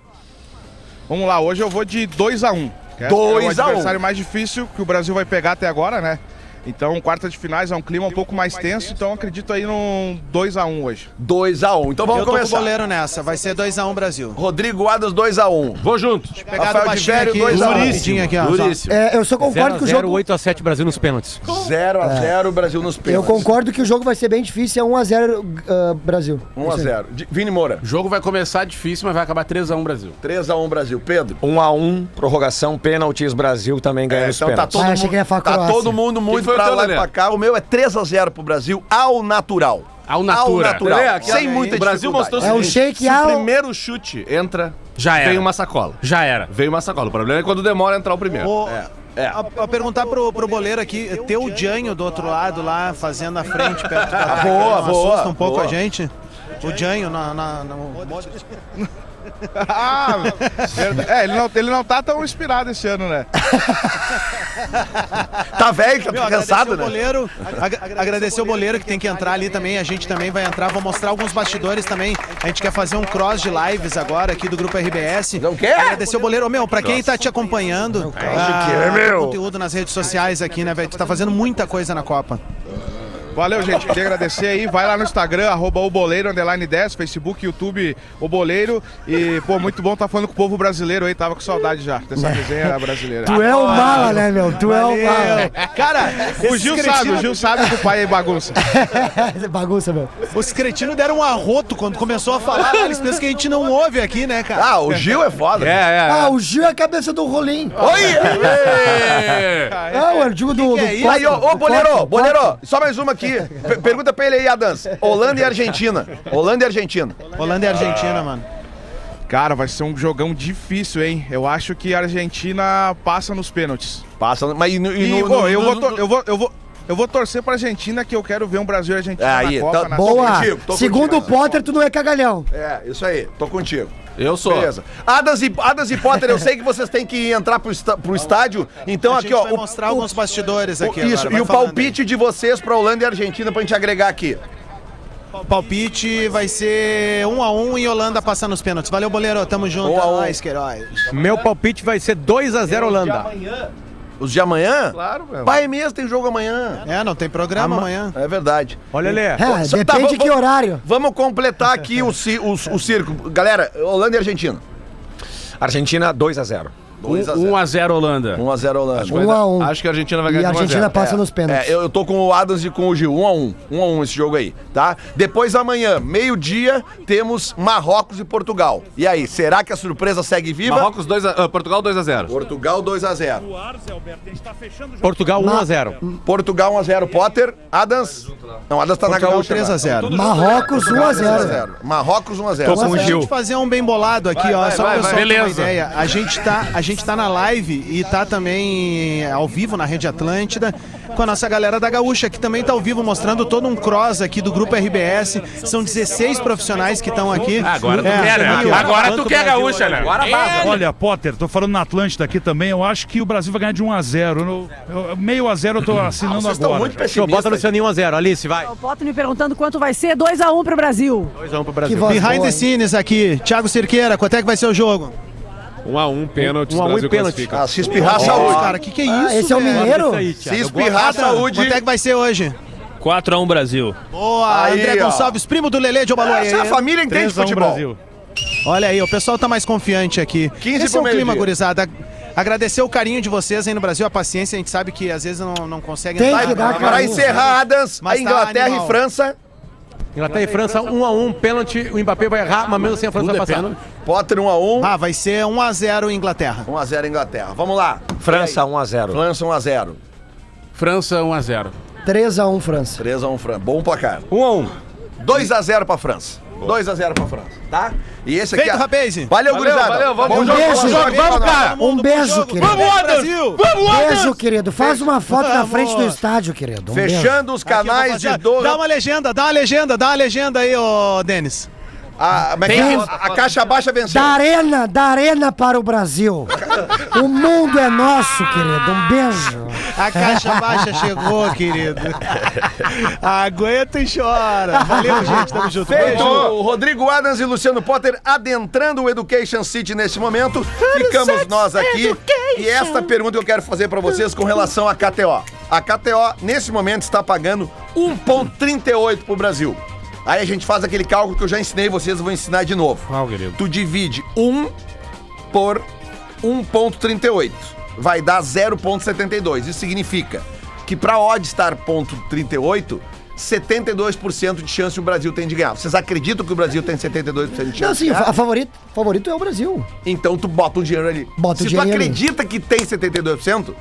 [SPEAKER 24] Vamos lá, hoje eu vou de 2x1. É
[SPEAKER 6] 2
[SPEAKER 24] o
[SPEAKER 6] a 1.
[SPEAKER 24] adversário mais difícil que o Brasil vai pegar até agora, né? Então, quarta de finais é um clima um pouco mais tenso, então eu acredito aí num 2x1 hoje.
[SPEAKER 6] 2x1, então vamos
[SPEAKER 24] Eu tô com o
[SPEAKER 6] começar.
[SPEAKER 24] goleiro
[SPEAKER 8] nessa, vai ser 2x1 Brasil.
[SPEAKER 6] Rodrigo Adas 2x1.
[SPEAKER 1] Vou junto.
[SPEAKER 8] pegar do
[SPEAKER 6] Rafael de
[SPEAKER 8] baixinho
[SPEAKER 6] Vério
[SPEAKER 8] aqui,
[SPEAKER 6] 2x1.
[SPEAKER 8] duríssimo, aqui, ó, só.
[SPEAKER 6] Duríssimo.
[SPEAKER 11] É, eu só concordo que o jogo.
[SPEAKER 9] 8x7 Brasil nos pênaltis.
[SPEAKER 6] 0x0 Brasil nos
[SPEAKER 11] Eu
[SPEAKER 6] pênaltis.
[SPEAKER 11] concordo que o jogo vai ser bem difícil, é 1x0 ah, Brasil. É isso aí.
[SPEAKER 6] 1x0. Di- Vini Moura.
[SPEAKER 7] O jogo vai começar difícil, mas vai acabar 3x1 Brasil.
[SPEAKER 6] 3x1 Brasil. Pedro.
[SPEAKER 1] 1x1, prorrogação, pênaltis, Brasil também ganha os
[SPEAKER 6] Então tá
[SPEAKER 1] pênaltis.
[SPEAKER 6] todo,
[SPEAKER 11] Ah, achei que ele ia falar
[SPEAKER 6] mundo, tá
[SPEAKER 11] Croácia.
[SPEAKER 6] todo mundo muito pra lá e pra cá. O meu é 3x0 pro Brasil ao natural.
[SPEAKER 7] Ao
[SPEAKER 6] Ao
[SPEAKER 7] natura.
[SPEAKER 6] natural.
[SPEAKER 7] Lelê, aqui,
[SPEAKER 6] Sem
[SPEAKER 7] olha aí.
[SPEAKER 6] muita
[SPEAKER 7] O Brasil mostrou o
[SPEAKER 6] dificuldade.
[SPEAKER 7] É um seguinte,
[SPEAKER 11] shake ao-
[SPEAKER 6] primeiro chute
[SPEAKER 13] Entra,
[SPEAKER 7] Já era.
[SPEAKER 13] vem uma sacola.
[SPEAKER 7] Já era.
[SPEAKER 13] Veio uma sacola. O problema é quando demora a entrar o primeiro.
[SPEAKER 8] Ô,
[SPEAKER 6] É.
[SPEAKER 8] A, a perguntar pro, pro boleiro aqui, ter o Janho do outro lado lá, fazendo a frente perto da
[SPEAKER 6] Ah, boa,
[SPEAKER 8] não
[SPEAKER 6] boa,
[SPEAKER 8] assusta um pouco
[SPEAKER 6] boa.
[SPEAKER 8] a gente? O Janho na... na, no-
[SPEAKER 24] Ah, verdade. é, ele não, ele não tá tão inspirado esse ano, né?
[SPEAKER 6] Tá velho, tá
[SPEAKER 8] Meu,
[SPEAKER 6] cansado, né?
[SPEAKER 8] agradecer o boleiro, ag- agradecer o boleiro que tem que entrar ali também, a gente também vai entrar, vou mostrar alguns bastidores também. A gente quer fazer um cross de lives agora aqui do grupo RBS. Não
[SPEAKER 6] quer?
[SPEAKER 8] Agradecer o boleiro, Ô, meu, pra quem tá te acompanhando, ah,
[SPEAKER 6] que é, meu.
[SPEAKER 8] conteúdo nas redes sociais aqui, né, velho? Tu tá fazendo muita coisa na Copa.
[SPEAKER 24] Valeu, gente. Queria agradecer aí. Vai lá no Instagram, arroba o Boleiro, underline 10, Facebook, YouTube, o Boleiro. E, pô, muito bom estar falando com o povo brasileiro aí. Tava com saudade já dessa resenha brasileira.
[SPEAKER 11] Tu é o mala, né, meu? Tu é o
[SPEAKER 8] Valeu.
[SPEAKER 11] mala.
[SPEAKER 8] Cara,
[SPEAKER 24] O
[SPEAKER 8] esses
[SPEAKER 24] Gil
[SPEAKER 8] cretinos-
[SPEAKER 24] sabe, o Gil sabe que o pai é bagunça.
[SPEAKER 11] Bagunça, meu.
[SPEAKER 8] Os cretinos deram um arroto quando começou a falar, né? eles pensam que a gente não ouve aqui, né, cara?
[SPEAKER 6] Ah, o Gil é foda.
[SPEAKER 11] Ah, o Gil é a cabeça do rolim.
[SPEAKER 8] é,
[SPEAKER 6] Oi!
[SPEAKER 11] Ah, o digo do. do
[SPEAKER 6] é Aí, aí, ô,
[SPEAKER 11] Costa,
[SPEAKER 6] ô,
[SPEAKER 11] do Costa,
[SPEAKER 6] Boleiro,
[SPEAKER 11] do
[SPEAKER 6] Boleiro,
[SPEAKER 11] Costa.
[SPEAKER 6] só mais uma aqui. P- pergunta pra ele aí, Adams. Holanda e Argentina. Holanda e Argentina.
[SPEAKER 8] Holanda e Argentina, mano.
[SPEAKER 24] Ah. Cara, vai ser um jogão difícil, hein? Eu acho que a Argentina passa nos pênaltis.
[SPEAKER 6] Passa, mas e no- e no-
[SPEAKER 24] pô,
[SPEAKER 6] no-
[SPEAKER 24] eu,
[SPEAKER 6] no-
[SPEAKER 24] vou tor- eu vou eu vou eu vou torcer pra Argentina que eu quero ver um Brasil e Argentina
[SPEAKER 6] Aí,
[SPEAKER 24] na Copa.
[SPEAKER 6] tá-
[SPEAKER 24] na
[SPEAKER 11] Boa!
[SPEAKER 24] Copa.
[SPEAKER 11] Segundo o Potter, tu não é cagalhão.
[SPEAKER 6] É, isso aí, tô contigo.
[SPEAKER 13] Eu sou.
[SPEAKER 6] Beleza. Adas e, Adas e Potter, eu sei que vocês têm que entrar pro, esta- pro estádio. Então,
[SPEAKER 8] A
[SPEAKER 6] aqui,
[SPEAKER 8] gente
[SPEAKER 6] ó.
[SPEAKER 8] vai mostrar alguns bastidores aqui
[SPEAKER 6] Isso,
[SPEAKER 8] agora, vai
[SPEAKER 6] e o
[SPEAKER 8] falando
[SPEAKER 6] palpite de vocês pra Holanda e Argentina pra gente agregar aqui.
[SPEAKER 8] O palpite vai ser 1 a 1 e Holanda passando os pênaltis. Valeu, Boleiro. Tamo
[SPEAKER 6] Um
[SPEAKER 8] junto. É nóis, Queiroz. um
[SPEAKER 9] Meu palpite vai ser 2x0 Holanda.
[SPEAKER 6] Os de amanhã?
[SPEAKER 8] Claro, meu.
[SPEAKER 6] Pai mesmo, tem jogo amanhã.
[SPEAKER 8] É, não tem programa amanhã.
[SPEAKER 6] É verdade.
[SPEAKER 9] Olha, Lê. É,
[SPEAKER 11] depende
[SPEAKER 6] de
[SPEAKER 11] que horário.
[SPEAKER 6] tá, Vamos completar aqui o, ci- o, o circo. Galera, Holanda e Argentina.
[SPEAKER 1] Argentina 2x0.
[SPEAKER 6] 1x0 Holanda. 1x0 Holanda.
[SPEAKER 1] que vai Um a dar- um.
[SPEAKER 13] acho que a Argentina vai
[SPEAKER 11] ganhar E a de um a Argentina zero. passa
[SPEAKER 6] É.
[SPEAKER 11] nos pênaltis.
[SPEAKER 6] É, eu, eu tô com o Adams e com o um Gil. 1x1. 1x1 esse jogo aí, tá? Depois amanhã, meio-dia, temos Marrocos e Portugal. E aí, será que a surpresa segue viva?
[SPEAKER 13] Marrocos 2
[SPEAKER 11] uh,
[SPEAKER 13] a, ah, Portugal 2x0.
[SPEAKER 6] Portugal 2x0.
[SPEAKER 8] um
[SPEAKER 9] Portugal 1x0.
[SPEAKER 6] Portugal 1x0. Potter, Adams. Não, Adams tá
[SPEAKER 8] Portugal
[SPEAKER 6] na gaúcha.
[SPEAKER 8] 3 a 0.
[SPEAKER 6] agora.
[SPEAKER 11] um
[SPEAKER 8] Marrocos
[SPEAKER 6] Portugal
[SPEAKER 8] 1 a 0.
[SPEAKER 6] 3 a 0. Marrocos 1x0.
[SPEAKER 8] Tô com gente fazer um bem bolado aqui,
[SPEAKER 6] Vai,
[SPEAKER 8] ó.
[SPEAKER 6] vai,
[SPEAKER 8] só
[SPEAKER 6] vai,
[SPEAKER 8] pra
[SPEAKER 6] vai.
[SPEAKER 8] pessoal ter uma
[SPEAKER 6] Beleza.
[SPEAKER 8] ideia. A gente, tá, a gente tá na live e tá também é, ao vivo na Rede Atlântida com a nossa galera da Gaúcha, que também tá ao vivo mostrando todo um cross aqui do grupo RBS. São 16 profissionais que estão aqui.
[SPEAKER 12] Agora tu
[SPEAKER 8] É,
[SPEAKER 12] quer, né?
[SPEAKER 8] também, ó.
[SPEAKER 12] Agora tu
[SPEAKER 8] Tanto
[SPEAKER 12] quer,
[SPEAKER 8] Brasil,
[SPEAKER 12] gaúcha, né?
[SPEAKER 8] Agora vaza.
[SPEAKER 12] Olha, Potter, tô falando na Atlântida aqui também. Eu acho que o Brasil vai ganhar de 1 a 0 No- eu- meio a 0 eu
[SPEAKER 8] Ah,
[SPEAKER 12] tô assinando agora.
[SPEAKER 9] Show, bota no seu 1x0. Alice, vai.
[SPEAKER 10] O Potter me perguntando quanto vai ser 2x1 pro Brasil.
[SPEAKER 9] 2x1 pro Brasil.
[SPEAKER 8] Behind the scenes aqui. Thiago Cirqueira, quanto é que vai ser o jogo?
[SPEAKER 13] 1x1, pênalti.
[SPEAKER 8] Um a um, pênalti.
[SPEAKER 6] Ah, se espirrar,
[SPEAKER 8] Ó,
[SPEAKER 6] saúde.
[SPEAKER 8] Cara, que que é
[SPEAKER 10] Ah,
[SPEAKER 8] isso? velho?
[SPEAKER 6] Se espirrar, saúde.
[SPEAKER 8] Quanto é que vai ser hoje?
[SPEAKER 14] 4x1 Brasil.
[SPEAKER 8] Boa,
[SPEAKER 14] Aí,
[SPEAKER 8] André
[SPEAKER 14] ó.
[SPEAKER 8] Gonçalves, primo do Lelê de Obaluaê.
[SPEAKER 6] é
[SPEAKER 14] Essa família entende 3 a 1 futebol. Brasil.
[SPEAKER 8] Olha aí, o pessoal tá mais confiante aqui.
[SPEAKER 6] 15
[SPEAKER 8] Esse é o
[SPEAKER 6] pro
[SPEAKER 8] clima,
[SPEAKER 6] meio-dia.
[SPEAKER 8] gurizada. Agradecer o carinho de vocês aí no Brasil, a paciência. A gente sabe que às vezes não, não consegue...
[SPEAKER 6] Tem
[SPEAKER 8] entrar Ah,
[SPEAKER 6] que
[SPEAKER 8] na-
[SPEAKER 6] dar Para encerrar, Adams, a
[SPEAKER 8] Mas tá
[SPEAKER 6] Inglaterra
[SPEAKER 8] animal.
[SPEAKER 6] e França.
[SPEAKER 9] Inglaterra e França 1x1, pênalti. O Mbappé vai errar, mas mesmo assim a
[SPEAKER 8] é
[SPEAKER 9] França vai passar.
[SPEAKER 6] Potter 1x1.
[SPEAKER 8] Ah, vai ser 1x0 Inglaterra.
[SPEAKER 6] 1x0 Inglaterra. Vamos lá.
[SPEAKER 1] França 1x0.
[SPEAKER 6] França 1x0.
[SPEAKER 7] França 1x0.
[SPEAKER 11] 3x1 França.
[SPEAKER 6] 3x1 França. Bom pra cara. 1x1. 2x0 pra França. 2x0 pra França, tá? E esse aqui.
[SPEAKER 8] Feito,
[SPEAKER 6] é-
[SPEAKER 8] rapaz.
[SPEAKER 6] Valeu, gurizada.
[SPEAKER 8] valeu, vamos,
[SPEAKER 6] Bom
[SPEAKER 8] um
[SPEAKER 6] jogo,
[SPEAKER 8] beijo,
[SPEAKER 6] bom jogo,
[SPEAKER 8] vamos,
[SPEAKER 6] vamos,
[SPEAKER 8] cara.
[SPEAKER 6] cara.
[SPEAKER 11] Um beijo, querido.
[SPEAKER 6] Vamos, Adams. Vamos, Adams.
[SPEAKER 11] Beijo, querido. Faz uma foto na
[SPEAKER 8] Vamos.
[SPEAKER 11] frente do estádio, querido. Um beijo.
[SPEAKER 6] Fechando os canais de
[SPEAKER 8] dor. Dá uma legenda, dá uma legenda, dá uma legenda aí, ô Denis.
[SPEAKER 6] Ah, mas
[SPEAKER 11] Tem-
[SPEAKER 6] a caixa baixa venceu.
[SPEAKER 11] Da arena, da arena para o Brasil. O mundo é nosso, querido. Um beijo.
[SPEAKER 8] A caixa baixa chegou, querido. Aguenta e chora. Valeu, gente. Tamo junto.
[SPEAKER 6] Feito.
[SPEAKER 8] Beijo.
[SPEAKER 6] O Rodrigo Adams e Luciano Potter adentrando o Education City nesse momento. Ficamos nós aqui. E esta pergunta que eu quero fazer pra vocês com relação à KTO. A KTO, nesse momento, está pagando 1,38 pro Brasil. Aí a gente faz aquele cálculo que eu já ensinei vocês, eu vou ensinar de novo. Tu divide 1 por 1,38. Vai dar 0,72. Isso significa que para odd estar ponto 38, 72% de chance o Brasil tem de ganhar. Vocês acreditam que o Brasil tem 72% de chance?
[SPEAKER 11] Não, sim,
[SPEAKER 6] de ganhar?
[SPEAKER 11] a favorito, favorito é o Brasil.
[SPEAKER 6] Então tu bota o dinheiro ali.
[SPEAKER 11] Bota
[SPEAKER 6] Se
[SPEAKER 11] o dinheiro
[SPEAKER 6] tu
[SPEAKER 11] ali.
[SPEAKER 6] acredita que tem 72%,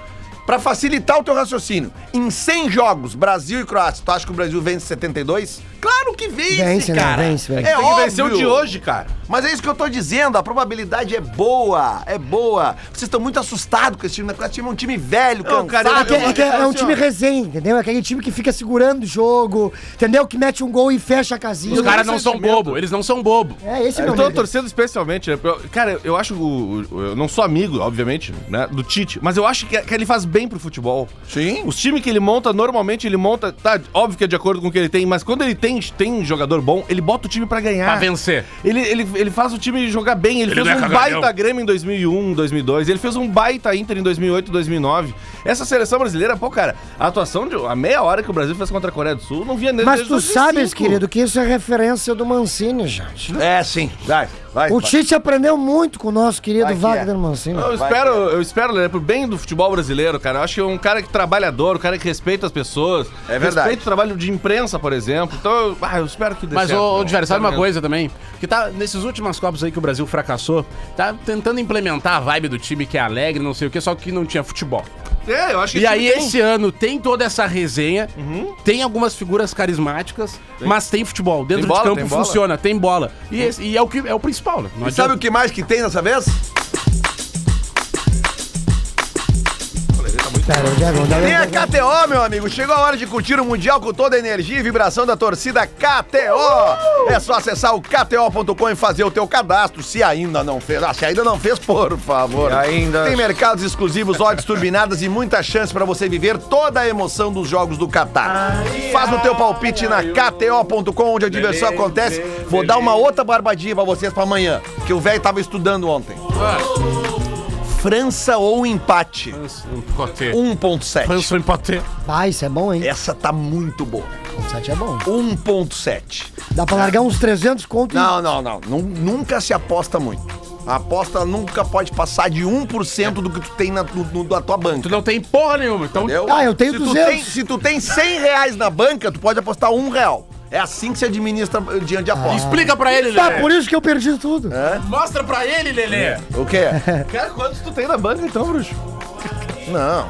[SPEAKER 6] pra facilitar o teu raciocínio, em 100 jogos, Brasil e Croácia, tu acha que o Brasil vence 72? Claro que vence,
[SPEAKER 11] Vence, né?
[SPEAKER 6] cara.
[SPEAKER 11] Vence, vence.
[SPEAKER 6] É
[SPEAKER 11] Tem que
[SPEAKER 6] óbvio.
[SPEAKER 11] vencer o de hoje, cara.
[SPEAKER 6] Mas é isso que eu tô dizendo, a probabilidade é boa, é boa. Vocês estão muito assustados com esse time da Croácia. Esse time é um time velho, cansado.
[SPEAKER 11] é, que, é que é
[SPEAKER 7] assim,
[SPEAKER 11] um time resenha, entendeu? É aquele time que fica segurando o jogo, entendeu? Que mete um gol e fecha a casinha.
[SPEAKER 13] Os caras não são bobo, eles não são bobo.
[SPEAKER 11] É, esse é
[SPEAKER 13] Eu
[SPEAKER 11] meu
[SPEAKER 13] tô
[SPEAKER 11] medo.
[SPEAKER 13] torcendo especialmente, né? pra- Cara, eu acho. o- o- Eu não sou amigo, obviamente, né? Do Tite, mas eu acho que, que ele faz bem pro futebol.
[SPEAKER 6] Sim.
[SPEAKER 13] Os times que ele monta, normalmente ele monta. Tá, óbvio que é de acordo com o que ele tem, mas quando ele tem, tem um jogador bom, ele bota o time pra ganhar.
[SPEAKER 7] Pra vencer.
[SPEAKER 13] Ele, ele, ele faz o time jogar bem. Ele,
[SPEAKER 7] Ele não
[SPEAKER 13] fez
[SPEAKER 7] é
[SPEAKER 13] um
[SPEAKER 7] cagalhão.
[SPEAKER 13] baita Grêmio em 2001, 2002. Ele fez um baita Inter em 2008, 2009. Essa seleção brasileira, pô, cara, a atuação de. A meia hora que o Brasil fez contra a Coreia do Sul, não via nele
[SPEAKER 11] Mas
[SPEAKER 13] desde
[SPEAKER 11] tu sabes,
[SPEAKER 13] 2005.
[SPEAKER 11] querido, que isso é referência do Mancini, gente.
[SPEAKER 6] É, sim. Vai, vai.
[SPEAKER 11] O
[SPEAKER 6] vai.
[SPEAKER 11] Tite aprendeu muito com o nosso querido
[SPEAKER 6] Vai que é.
[SPEAKER 11] Wagner Mancini.
[SPEAKER 13] Eu espero, eu espero, Lelê, pro bem do futebol brasileiro, cara. Eu acho que é um cara que trabalhador, um cara que respeita as pessoas.
[SPEAKER 6] É verdade.
[SPEAKER 13] Respeita o trabalho de imprensa, por exemplo. Então, eu, ah, eu espero que dê
[SPEAKER 7] Mas,
[SPEAKER 13] certo,
[SPEAKER 7] ô, ô,
[SPEAKER 13] meu.
[SPEAKER 7] Diver, sabe
[SPEAKER 13] Espero
[SPEAKER 7] uma
[SPEAKER 13] mesmo.
[SPEAKER 7] coisa também? Que tá nesses últimas Copas aí que o Brasil fracassou, tá tentando implementar a vibe do time que é alegre, não sei o quê, só que não tinha futebol.
[SPEAKER 13] É, eu acho que
[SPEAKER 7] E
[SPEAKER 13] esse
[SPEAKER 7] aí,
[SPEAKER 13] time tem.
[SPEAKER 7] esse ano tem toda essa resenha, tem algumas figuras carismáticas, mas tem futebol. Dentro
[SPEAKER 13] Tem bola,
[SPEAKER 7] de campo
[SPEAKER 13] tem bola.
[SPEAKER 7] funciona, tem bola. E, esse- e é, o que, é o principal, né? Não
[SPEAKER 6] E sabe o que mais que tem nessa vez?
[SPEAKER 11] é
[SPEAKER 6] Tem a KTO, meu amigo. Chegou a hora de curtir o Mundial com toda a energia e vibração da torcida KTO. É só acessar o KTO.com e fazer o teu cadastro, se ainda não fez. Ah, se ainda não fez, por favor.
[SPEAKER 1] E ainda-
[SPEAKER 6] Tem mercados exclusivos, odds turbinadas e muita chance para você viver toda a emoção dos jogos do Catar. Faz o teu palpite na KTO.com, onde a diversão acontece. Vou dar uma outra barbadinha pra vocês pra amanhã, que o velho tava estudando ontem. França ou empate? 1.7. França ou empate.
[SPEAKER 11] Ah, isso é bom, hein?
[SPEAKER 6] Essa tá muito boa.
[SPEAKER 11] 1.7 é bom.
[SPEAKER 6] 1.7.
[SPEAKER 11] Dá pra largar uns 300 conto e-
[SPEAKER 6] Não, não, não. Nu- Nunca se aposta muito. A aposta nunca pode passar de 1% do que tu tem na, no- no- da tua banca. Tu
[SPEAKER 7] não tem porra nenhuma. Então...
[SPEAKER 11] Ah, eu tenho
[SPEAKER 6] se
[SPEAKER 11] 200.
[SPEAKER 6] Tu tem, se tu tem 100 reais na banca, tu pode apostar 1 real. É assim que se administra eh, diante de aposta.
[SPEAKER 7] Explica pra ele,
[SPEAKER 11] Tá,
[SPEAKER 7] Lelê.
[SPEAKER 11] por isso que eu perdi tudo.
[SPEAKER 7] Mostra pra ele, Lelê.
[SPEAKER 6] O quê? Cara, quanto tu tem na banca então, bruxo? Não.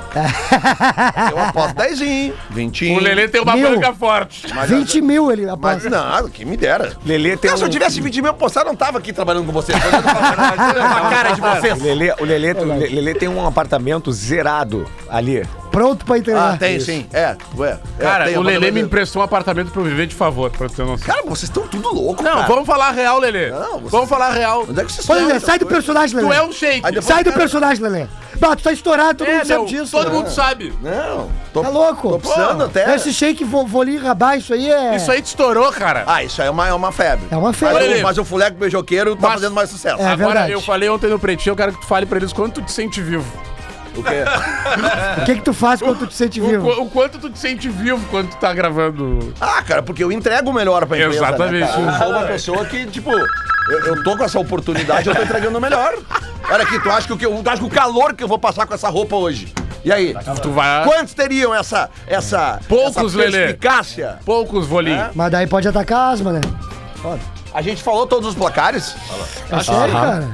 [SPEAKER 6] Eu aposto 10, 20.
[SPEAKER 7] O Lelê tem uma
[SPEAKER 11] Mil.
[SPEAKER 7] banca forte.
[SPEAKER 6] Mas-
[SPEAKER 11] 20 mil ele
[SPEAKER 6] Mas
[SPEAKER 11] aposta.
[SPEAKER 6] não, quem me dera.
[SPEAKER 1] Lelê tem
[SPEAKER 6] Cara, se eu
[SPEAKER 1] um-
[SPEAKER 6] tivesse 20 mil apostar, eu não tava aqui trabalhando com vocês. Eu tava a cara de
[SPEAKER 11] Tá.
[SPEAKER 6] vocês.
[SPEAKER 1] O Lelê, o
[SPEAKER 11] É
[SPEAKER 1] Lelê, o Lelê tem um apartamento zerado ali.
[SPEAKER 11] Pronto pra entregar.
[SPEAKER 6] Ah, tem sim. É, ué. é,
[SPEAKER 7] Cara,
[SPEAKER 6] tem,
[SPEAKER 7] o
[SPEAKER 6] eu
[SPEAKER 7] Lelê
[SPEAKER 6] mando-
[SPEAKER 7] me emprestou um apartamento pra eu viver de favor, pra você não saber.
[SPEAKER 6] Cara, vocês estão tudo louco,
[SPEAKER 7] Não,
[SPEAKER 6] cara.
[SPEAKER 7] vamos falar real, Lelê. Vamos falar real.
[SPEAKER 6] Onde é que vocês
[SPEAKER 11] Ô, Lelê,
[SPEAKER 6] estão?
[SPEAKER 11] sai do personagem, Lelê.
[SPEAKER 7] Tu é um shake.
[SPEAKER 6] Aí depois-
[SPEAKER 11] Sai do personagem, Lelê. Bah, tu tá estourado, todo
[SPEAKER 7] É,
[SPEAKER 11] mundo sabe
[SPEAKER 7] não,
[SPEAKER 11] disso. né?
[SPEAKER 7] Todo mundo sabe.
[SPEAKER 6] Não, tô,
[SPEAKER 11] Tá louco?
[SPEAKER 6] tô precisando até.
[SPEAKER 11] Esse shake vo voli rabar, isso aí é...
[SPEAKER 7] Isso aí te estourou, cara.
[SPEAKER 6] Ah, isso aí é uma, é uma febre.
[SPEAKER 11] É uma febre.
[SPEAKER 6] Mas,
[SPEAKER 7] Lelê.
[SPEAKER 6] o- mas o fuleco beijoqueiro tá
[SPEAKER 7] Mas-
[SPEAKER 6] fazendo mais sucesso.
[SPEAKER 11] É
[SPEAKER 7] Agora,
[SPEAKER 11] verdade.
[SPEAKER 7] eu falei ontem no Pretinho, eu quero que tu fale pra eles quanto tu te sente vivo.
[SPEAKER 6] O quê?
[SPEAKER 11] O
[SPEAKER 13] é
[SPEAKER 11] que que tu faz quando tu te sente
[SPEAKER 7] O,
[SPEAKER 11] vivo?
[SPEAKER 7] qu- o quanto tu te sente vivo quando tu tá gravando.
[SPEAKER 6] Ah, cara, porque eu entrego o melhor pra empresa.
[SPEAKER 7] Exatamente.
[SPEAKER 6] Né, cara? Eu sou uma pessoa que, tipo, eu, eu tô com essa oportunidade, eu tô entregando o melhor. Olha aqui, tu acha que, o que eu- tu acha que o calor que eu vou passar com essa roupa hoje? E aí?
[SPEAKER 7] Tá Tu vai...
[SPEAKER 6] Quantos teriam essa, essa,
[SPEAKER 7] Poucos,
[SPEAKER 6] essa
[SPEAKER 7] Lelê.
[SPEAKER 6] perspicácia?
[SPEAKER 7] Poucos, Volim.
[SPEAKER 6] É?
[SPEAKER 11] Mas daí pode atacar asma, né?
[SPEAKER 6] A gente falou todos os placares?
[SPEAKER 11] É sério, cara.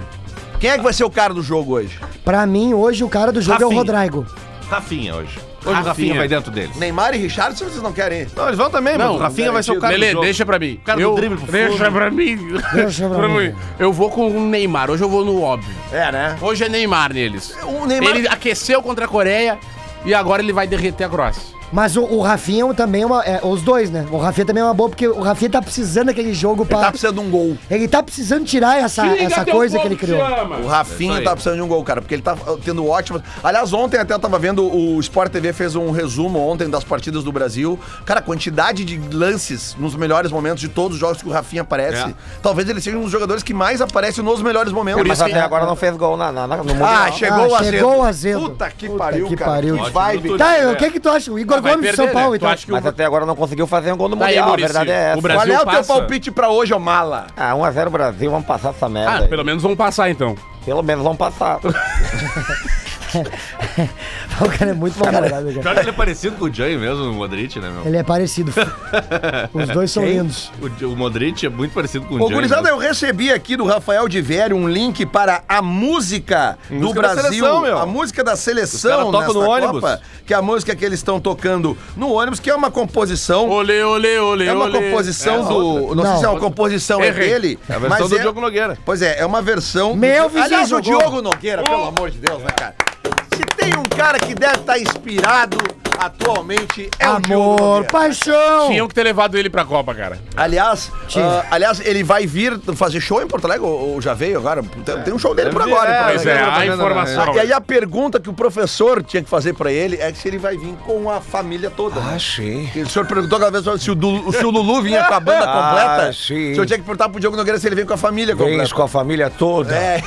[SPEAKER 6] Quem é que vai ser o cara do jogo hoje?
[SPEAKER 11] Pra mim, hoje, o cara do jogo é o
[SPEAKER 13] Rafinha.
[SPEAKER 11] Rodrigo.
[SPEAKER 13] Rafinha hoje. Hoje
[SPEAKER 7] Rafinha.
[SPEAKER 13] o Rafinha vai dentro deles.
[SPEAKER 6] Neymar e Richard, se vocês não querem ir.
[SPEAKER 13] Não, eles vão também,
[SPEAKER 7] Não,
[SPEAKER 13] mas o Rafinha vai ser o cara do
[SPEAKER 7] Lelê,
[SPEAKER 13] jogo.
[SPEAKER 7] deixa pra mim.
[SPEAKER 13] O cara do
[SPEAKER 7] eu,
[SPEAKER 13] drible pro
[SPEAKER 7] Deixa
[SPEAKER 13] fundo.
[SPEAKER 7] pra mim.
[SPEAKER 11] Deixa pra mim.
[SPEAKER 7] Eu vou com o Neymar. Hoje eu vou no óbvio.
[SPEAKER 6] É, né?
[SPEAKER 7] Hoje é Neymar neles.
[SPEAKER 6] O Neymar-
[SPEAKER 7] Ele aqueceu contra a Coreia e agora ele vai derreter a Croácia.
[SPEAKER 11] Mas o, o Rafinha também é uma... é, os dois, né? O Rafinha também é uma boa, porque o Rafinha tá precisando daquele jogo pra...
[SPEAKER 6] Tá precisando de um gol.
[SPEAKER 11] Ele tá precisando tirar essa, essa coisa que ele criou.
[SPEAKER 6] O
[SPEAKER 1] É
[SPEAKER 6] Rafinha tá precisando de um gol, cara, porque ele tá uh, tendo ótimas. Aliás, ontem até eu tava vendo o Sport TV fez um resumo ontem das partidas do Brasil. Cara, a quantidade de lances nos melhores momentos de todos os jogos que o Rafinha aparece.
[SPEAKER 13] É.
[SPEAKER 6] Talvez ele seja um dos jogadores que mais aparece nos melhores momentos.
[SPEAKER 1] É, Mas até agora não fez gol na, na, na- no Mundial.
[SPEAKER 6] Ah, chegou
[SPEAKER 11] Ah,
[SPEAKER 6] o azedo.
[SPEAKER 11] chegou o azedo.
[SPEAKER 6] Puta que
[SPEAKER 11] Puta
[SPEAKER 6] pariu,
[SPEAKER 11] que
[SPEAKER 6] cara.
[SPEAKER 11] pariu.
[SPEAKER 6] Que vibe.
[SPEAKER 11] Tá, eu- o que que tu acha? O Igor
[SPEAKER 7] vai
[SPEAKER 11] Gomes de São
[SPEAKER 7] perder,
[SPEAKER 11] Paulo,
[SPEAKER 7] né?
[SPEAKER 11] então.
[SPEAKER 7] Tu acha que o-
[SPEAKER 1] Mas até agora não conseguiu fazer um gol no
[SPEAKER 7] Tá aí,
[SPEAKER 1] Mundial, a
[SPEAKER 7] Maurício,
[SPEAKER 1] verdade é essa.
[SPEAKER 7] o Brasil-
[SPEAKER 6] Qual é o teu
[SPEAKER 7] passa.
[SPEAKER 6] palpite pra hoje, ô mala?
[SPEAKER 1] Ah, 1x0 Brasil, vamos passar essa merda.
[SPEAKER 7] Ah,
[SPEAKER 1] aí.
[SPEAKER 7] pelo menos vão passar então.
[SPEAKER 1] Pelo menos vamos passar.
[SPEAKER 11] O cara é muito mal malvado, cara.
[SPEAKER 13] Pior que ele é parecido com o Jay mesmo, o Modric, né, meu?
[SPEAKER 11] Ele é parecido.
[SPEAKER 7] é-
[SPEAKER 11] Os dois são lindos.
[SPEAKER 13] O, o Modric é muito parecido com o
[SPEAKER 6] Ô,
[SPEAKER 13] Jay. né?
[SPEAKER 6] gurizada, é
[SPEAKER 13] mesmo.
[SPEAKER 6] eu recebi aqui do Rafael de Vério um link para a música, do
[SPEAKER 13] Música da
[SPEAKER 6] Brasil.
[SPEAKER 13] seleção, meu.
[SPEAKER 6] a música da
[SPEAKER 13] caras
[SPEAKER 6] seleção
[SPEAKER 13] tocam
[SPEAKER 6] nesta
[SPEAKER 13] no ônibus.
[SPEAKER 6] Copa, que é a música que eles estão tocando no ônibus, que é uma composição.
[SPEAKER 7] Olê, olê, olê,
[SPEAKER 6] é uma
[SPEAKER 7] olê.
[SPEAKER 6] composição
[SPEAKER 13] É,
[SPEAKER 6] do. Não, sei se é uma composição é
[SPEAKER 7] Errei.
[SPEAKER 6] dele.
[SPEAKER 13] É a versão
[SPEAKER 6] mas
[SPEAKER 13] do
[SPEAKER 6] é-
[SPEAKER 13] Diogo Nogueira.
[SPEAKER 6] Pois é, é uma versão.
[SPEAKER 11] Meu
[SPEAKER 6] do...
[SPEAKER 11] vizinho
[SPEAKER 6] Aliás, o
[SPEAKER 11] jogou.
[SPEAKER 6] Diogo Nogueira,
[SPEAKER 13] Oh.
[SPEAKER 6] pelo amor de Deus, né, cara? Se tem um cara que deve estar inspirado atualmente, é o Diogo
[SPEAKER 11] Amor,
[SPEAKER 6] Nogueira.
[SPEAKER 11] paixão.
[SPEAKER 7] Tinham que ter levado ele pra Copa, cara.
[SPEAKER 6] Aliás, ah, aliás, ele vai vir fazer show em Porto Alegre, ou, ou já veio agora? Tem, tem um show dele por
[SPEAKER 13] Deve vir,
[SPEAKER 6] agora.
[SPEAKER 13] é,
[SPEAKER 6] em Porto
[SPEAKER 7] Pois
[SPEAKER 6] Alegre.
[SPEAKER 7] é,
[SPEAKER 13] lembro
[SPEAKER 7] a
[SPEAKER 13] também,
[SPEAKER 7] informação.
[SPEAKER 6] E aí a pergunta que o professor tinha que fazer pra ele é se ele vai vir com a família toda.
[SPEAKER 7] Tá
[SPEAKER 6] né?
[SPEAKER 1] Achei.
[SPEAKER 6] Porque O senhor perguntou aquela vez se o, Du- se o Lulu vinha com a banda completa.
[SPEAKER 1] Ah, sim.
[SPEAKER 6] O senhor tinha que perguntar pro Diogo Nogueira se ele vem com a família
[SPEAKER 1] Vens
[SPEAKER 6] completa.
[SPEAKER 1] com a família toda.
[SPEAKER 6] É.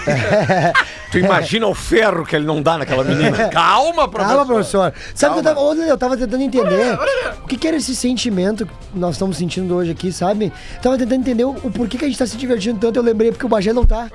[SPEAKER 1] Tu imagina o ferro que ele não dá naquela
[SPEAKER 6] É.
[SPEAKER 1] menina.
[SPEAKER 6] Calma, professor.
[SPEAKER 11] Calma, professor. Sabe que eu tava, olha, eu tava tentando entender o que, que era esse sentimento que nós estamos sentindo hoje aqui, sabe? Tava tentando entender o, o porquê que a gente tá se divertindo tanto. Eu lembrei porque o Bagé não tá.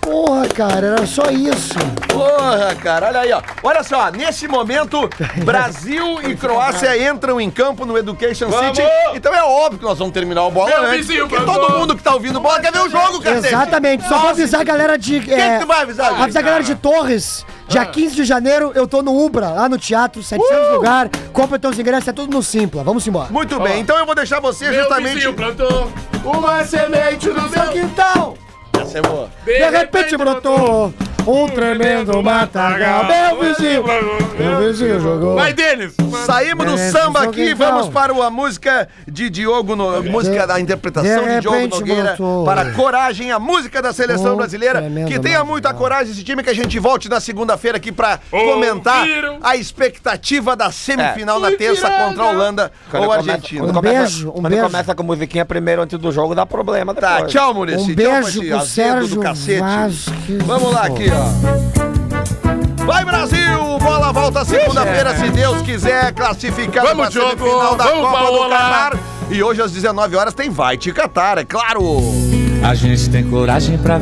[SPEAKER 11] Porra, cara, era só isso.
[SPEAKER 6] Porra, cara, olha aí, ó. Olha só, nesse momento, Brasil e Croácia entram em campo no Education City. Então é óbvio que nós vamos terminar o bola,
[SPEAKER 7] Meu
[SPEAKER 6] né?
[SPEAKER 7] vizinho,
[SPEAKER 6] Porque
[SPEAKER 7] vamos.
[SPEAKER 6] todo mundo que tá ouvindo bola quer ver o jogo, cara.
[SPEAKER 11] Exatamente. Só vou avisar a galera de.
[SPEAKER 6] que tu vai avisar, gente? Ah.
[SPEAKER 11] Avisar a galera de Torres Dia 15 de janeiro eu tô no Ubra, lá no teatro, 700 lugar. Compra teus ingressos, é tudo no Simpla. Vamos embora.
[SPEAKER 6] Uh! Muito bem, então eu vou deixar você
[SPEAKER 11] Meu
[SPEAKER 6] justamente.
[SPEAKER 11] vizinho
[SPEAKER 6] plantou
[SPEAKER 11] uma semente no seu quintal.
[SPEAKER 6] Essa é boa.
[SPEAKER 11] De repente brotou um tremendo matagal. Meu vizinho, meu vizinho jogou.
[SPEAKER 6] Denis! Saímos do
[SPEAKER 11] Denis,
[SPEAKER 6] samba
[SPEAKER 11] sou
[SPEAKER 6] aqui,
[SPEAKER 11] quintal.
[SPEAKER 6] vamos para uma música de Diogo, no... música da interpretação de,
[SPEAKER 11] de
[SPEAKER 6] Diogo
[SPEAKER 11] repente
[SPEAKER 6] Nogueira
[SPEAKER 11] brotou.
[SPEAKER 6] para Coragem, a música da seleção
[SPEAKER 11] Um
[SPEAKER 6] brasileira.
[SPEAKER 11] tremendo
[SPEAKER 6] Que tenha muita coragem esse time que a gente volte na segunda-feira aqui para comentar a expectativa da semifinal na terça contra a Holanda ou a Argentina.
[SPEAKER 1] É.
[SPEAKER 11] Um
[SPEAKER 1] Quando
[SPEAKER 6] Começa-
[SPEAKER 1] começa, quando começa com a musiquinha primeiro antes do jogo, dá problema.
[SPEAKER 6] Tá,
[SPEAKER 1] depois.
[SPEAKER 6] tchau, Muricy.
[SPEAKER 1] Um beijo
[SPEAKER 6] tchau,
[SPEAKER 1] pro Sérgio
[SPEAKER 6] Vamos lá aqui, ó. Vai, Brasil! Bola volta segunda-feira, se Deus quiser, classificado
[SPEAKER 15] Vamos,
[SPEAKER 6] pra
[SPEAKER 15] Diogo!
[SPEAKER 6] semifinal da
[SPEAKER 15] Vamos,
[SPEAKER 6] Copa do
[SPEAKER 15] Paola!
[SPEAKER 6] Catar. E hoje, às 19 horas, tem Vai Te Catar, é claro!
[SPEAKER 15] A gente tem coragem pra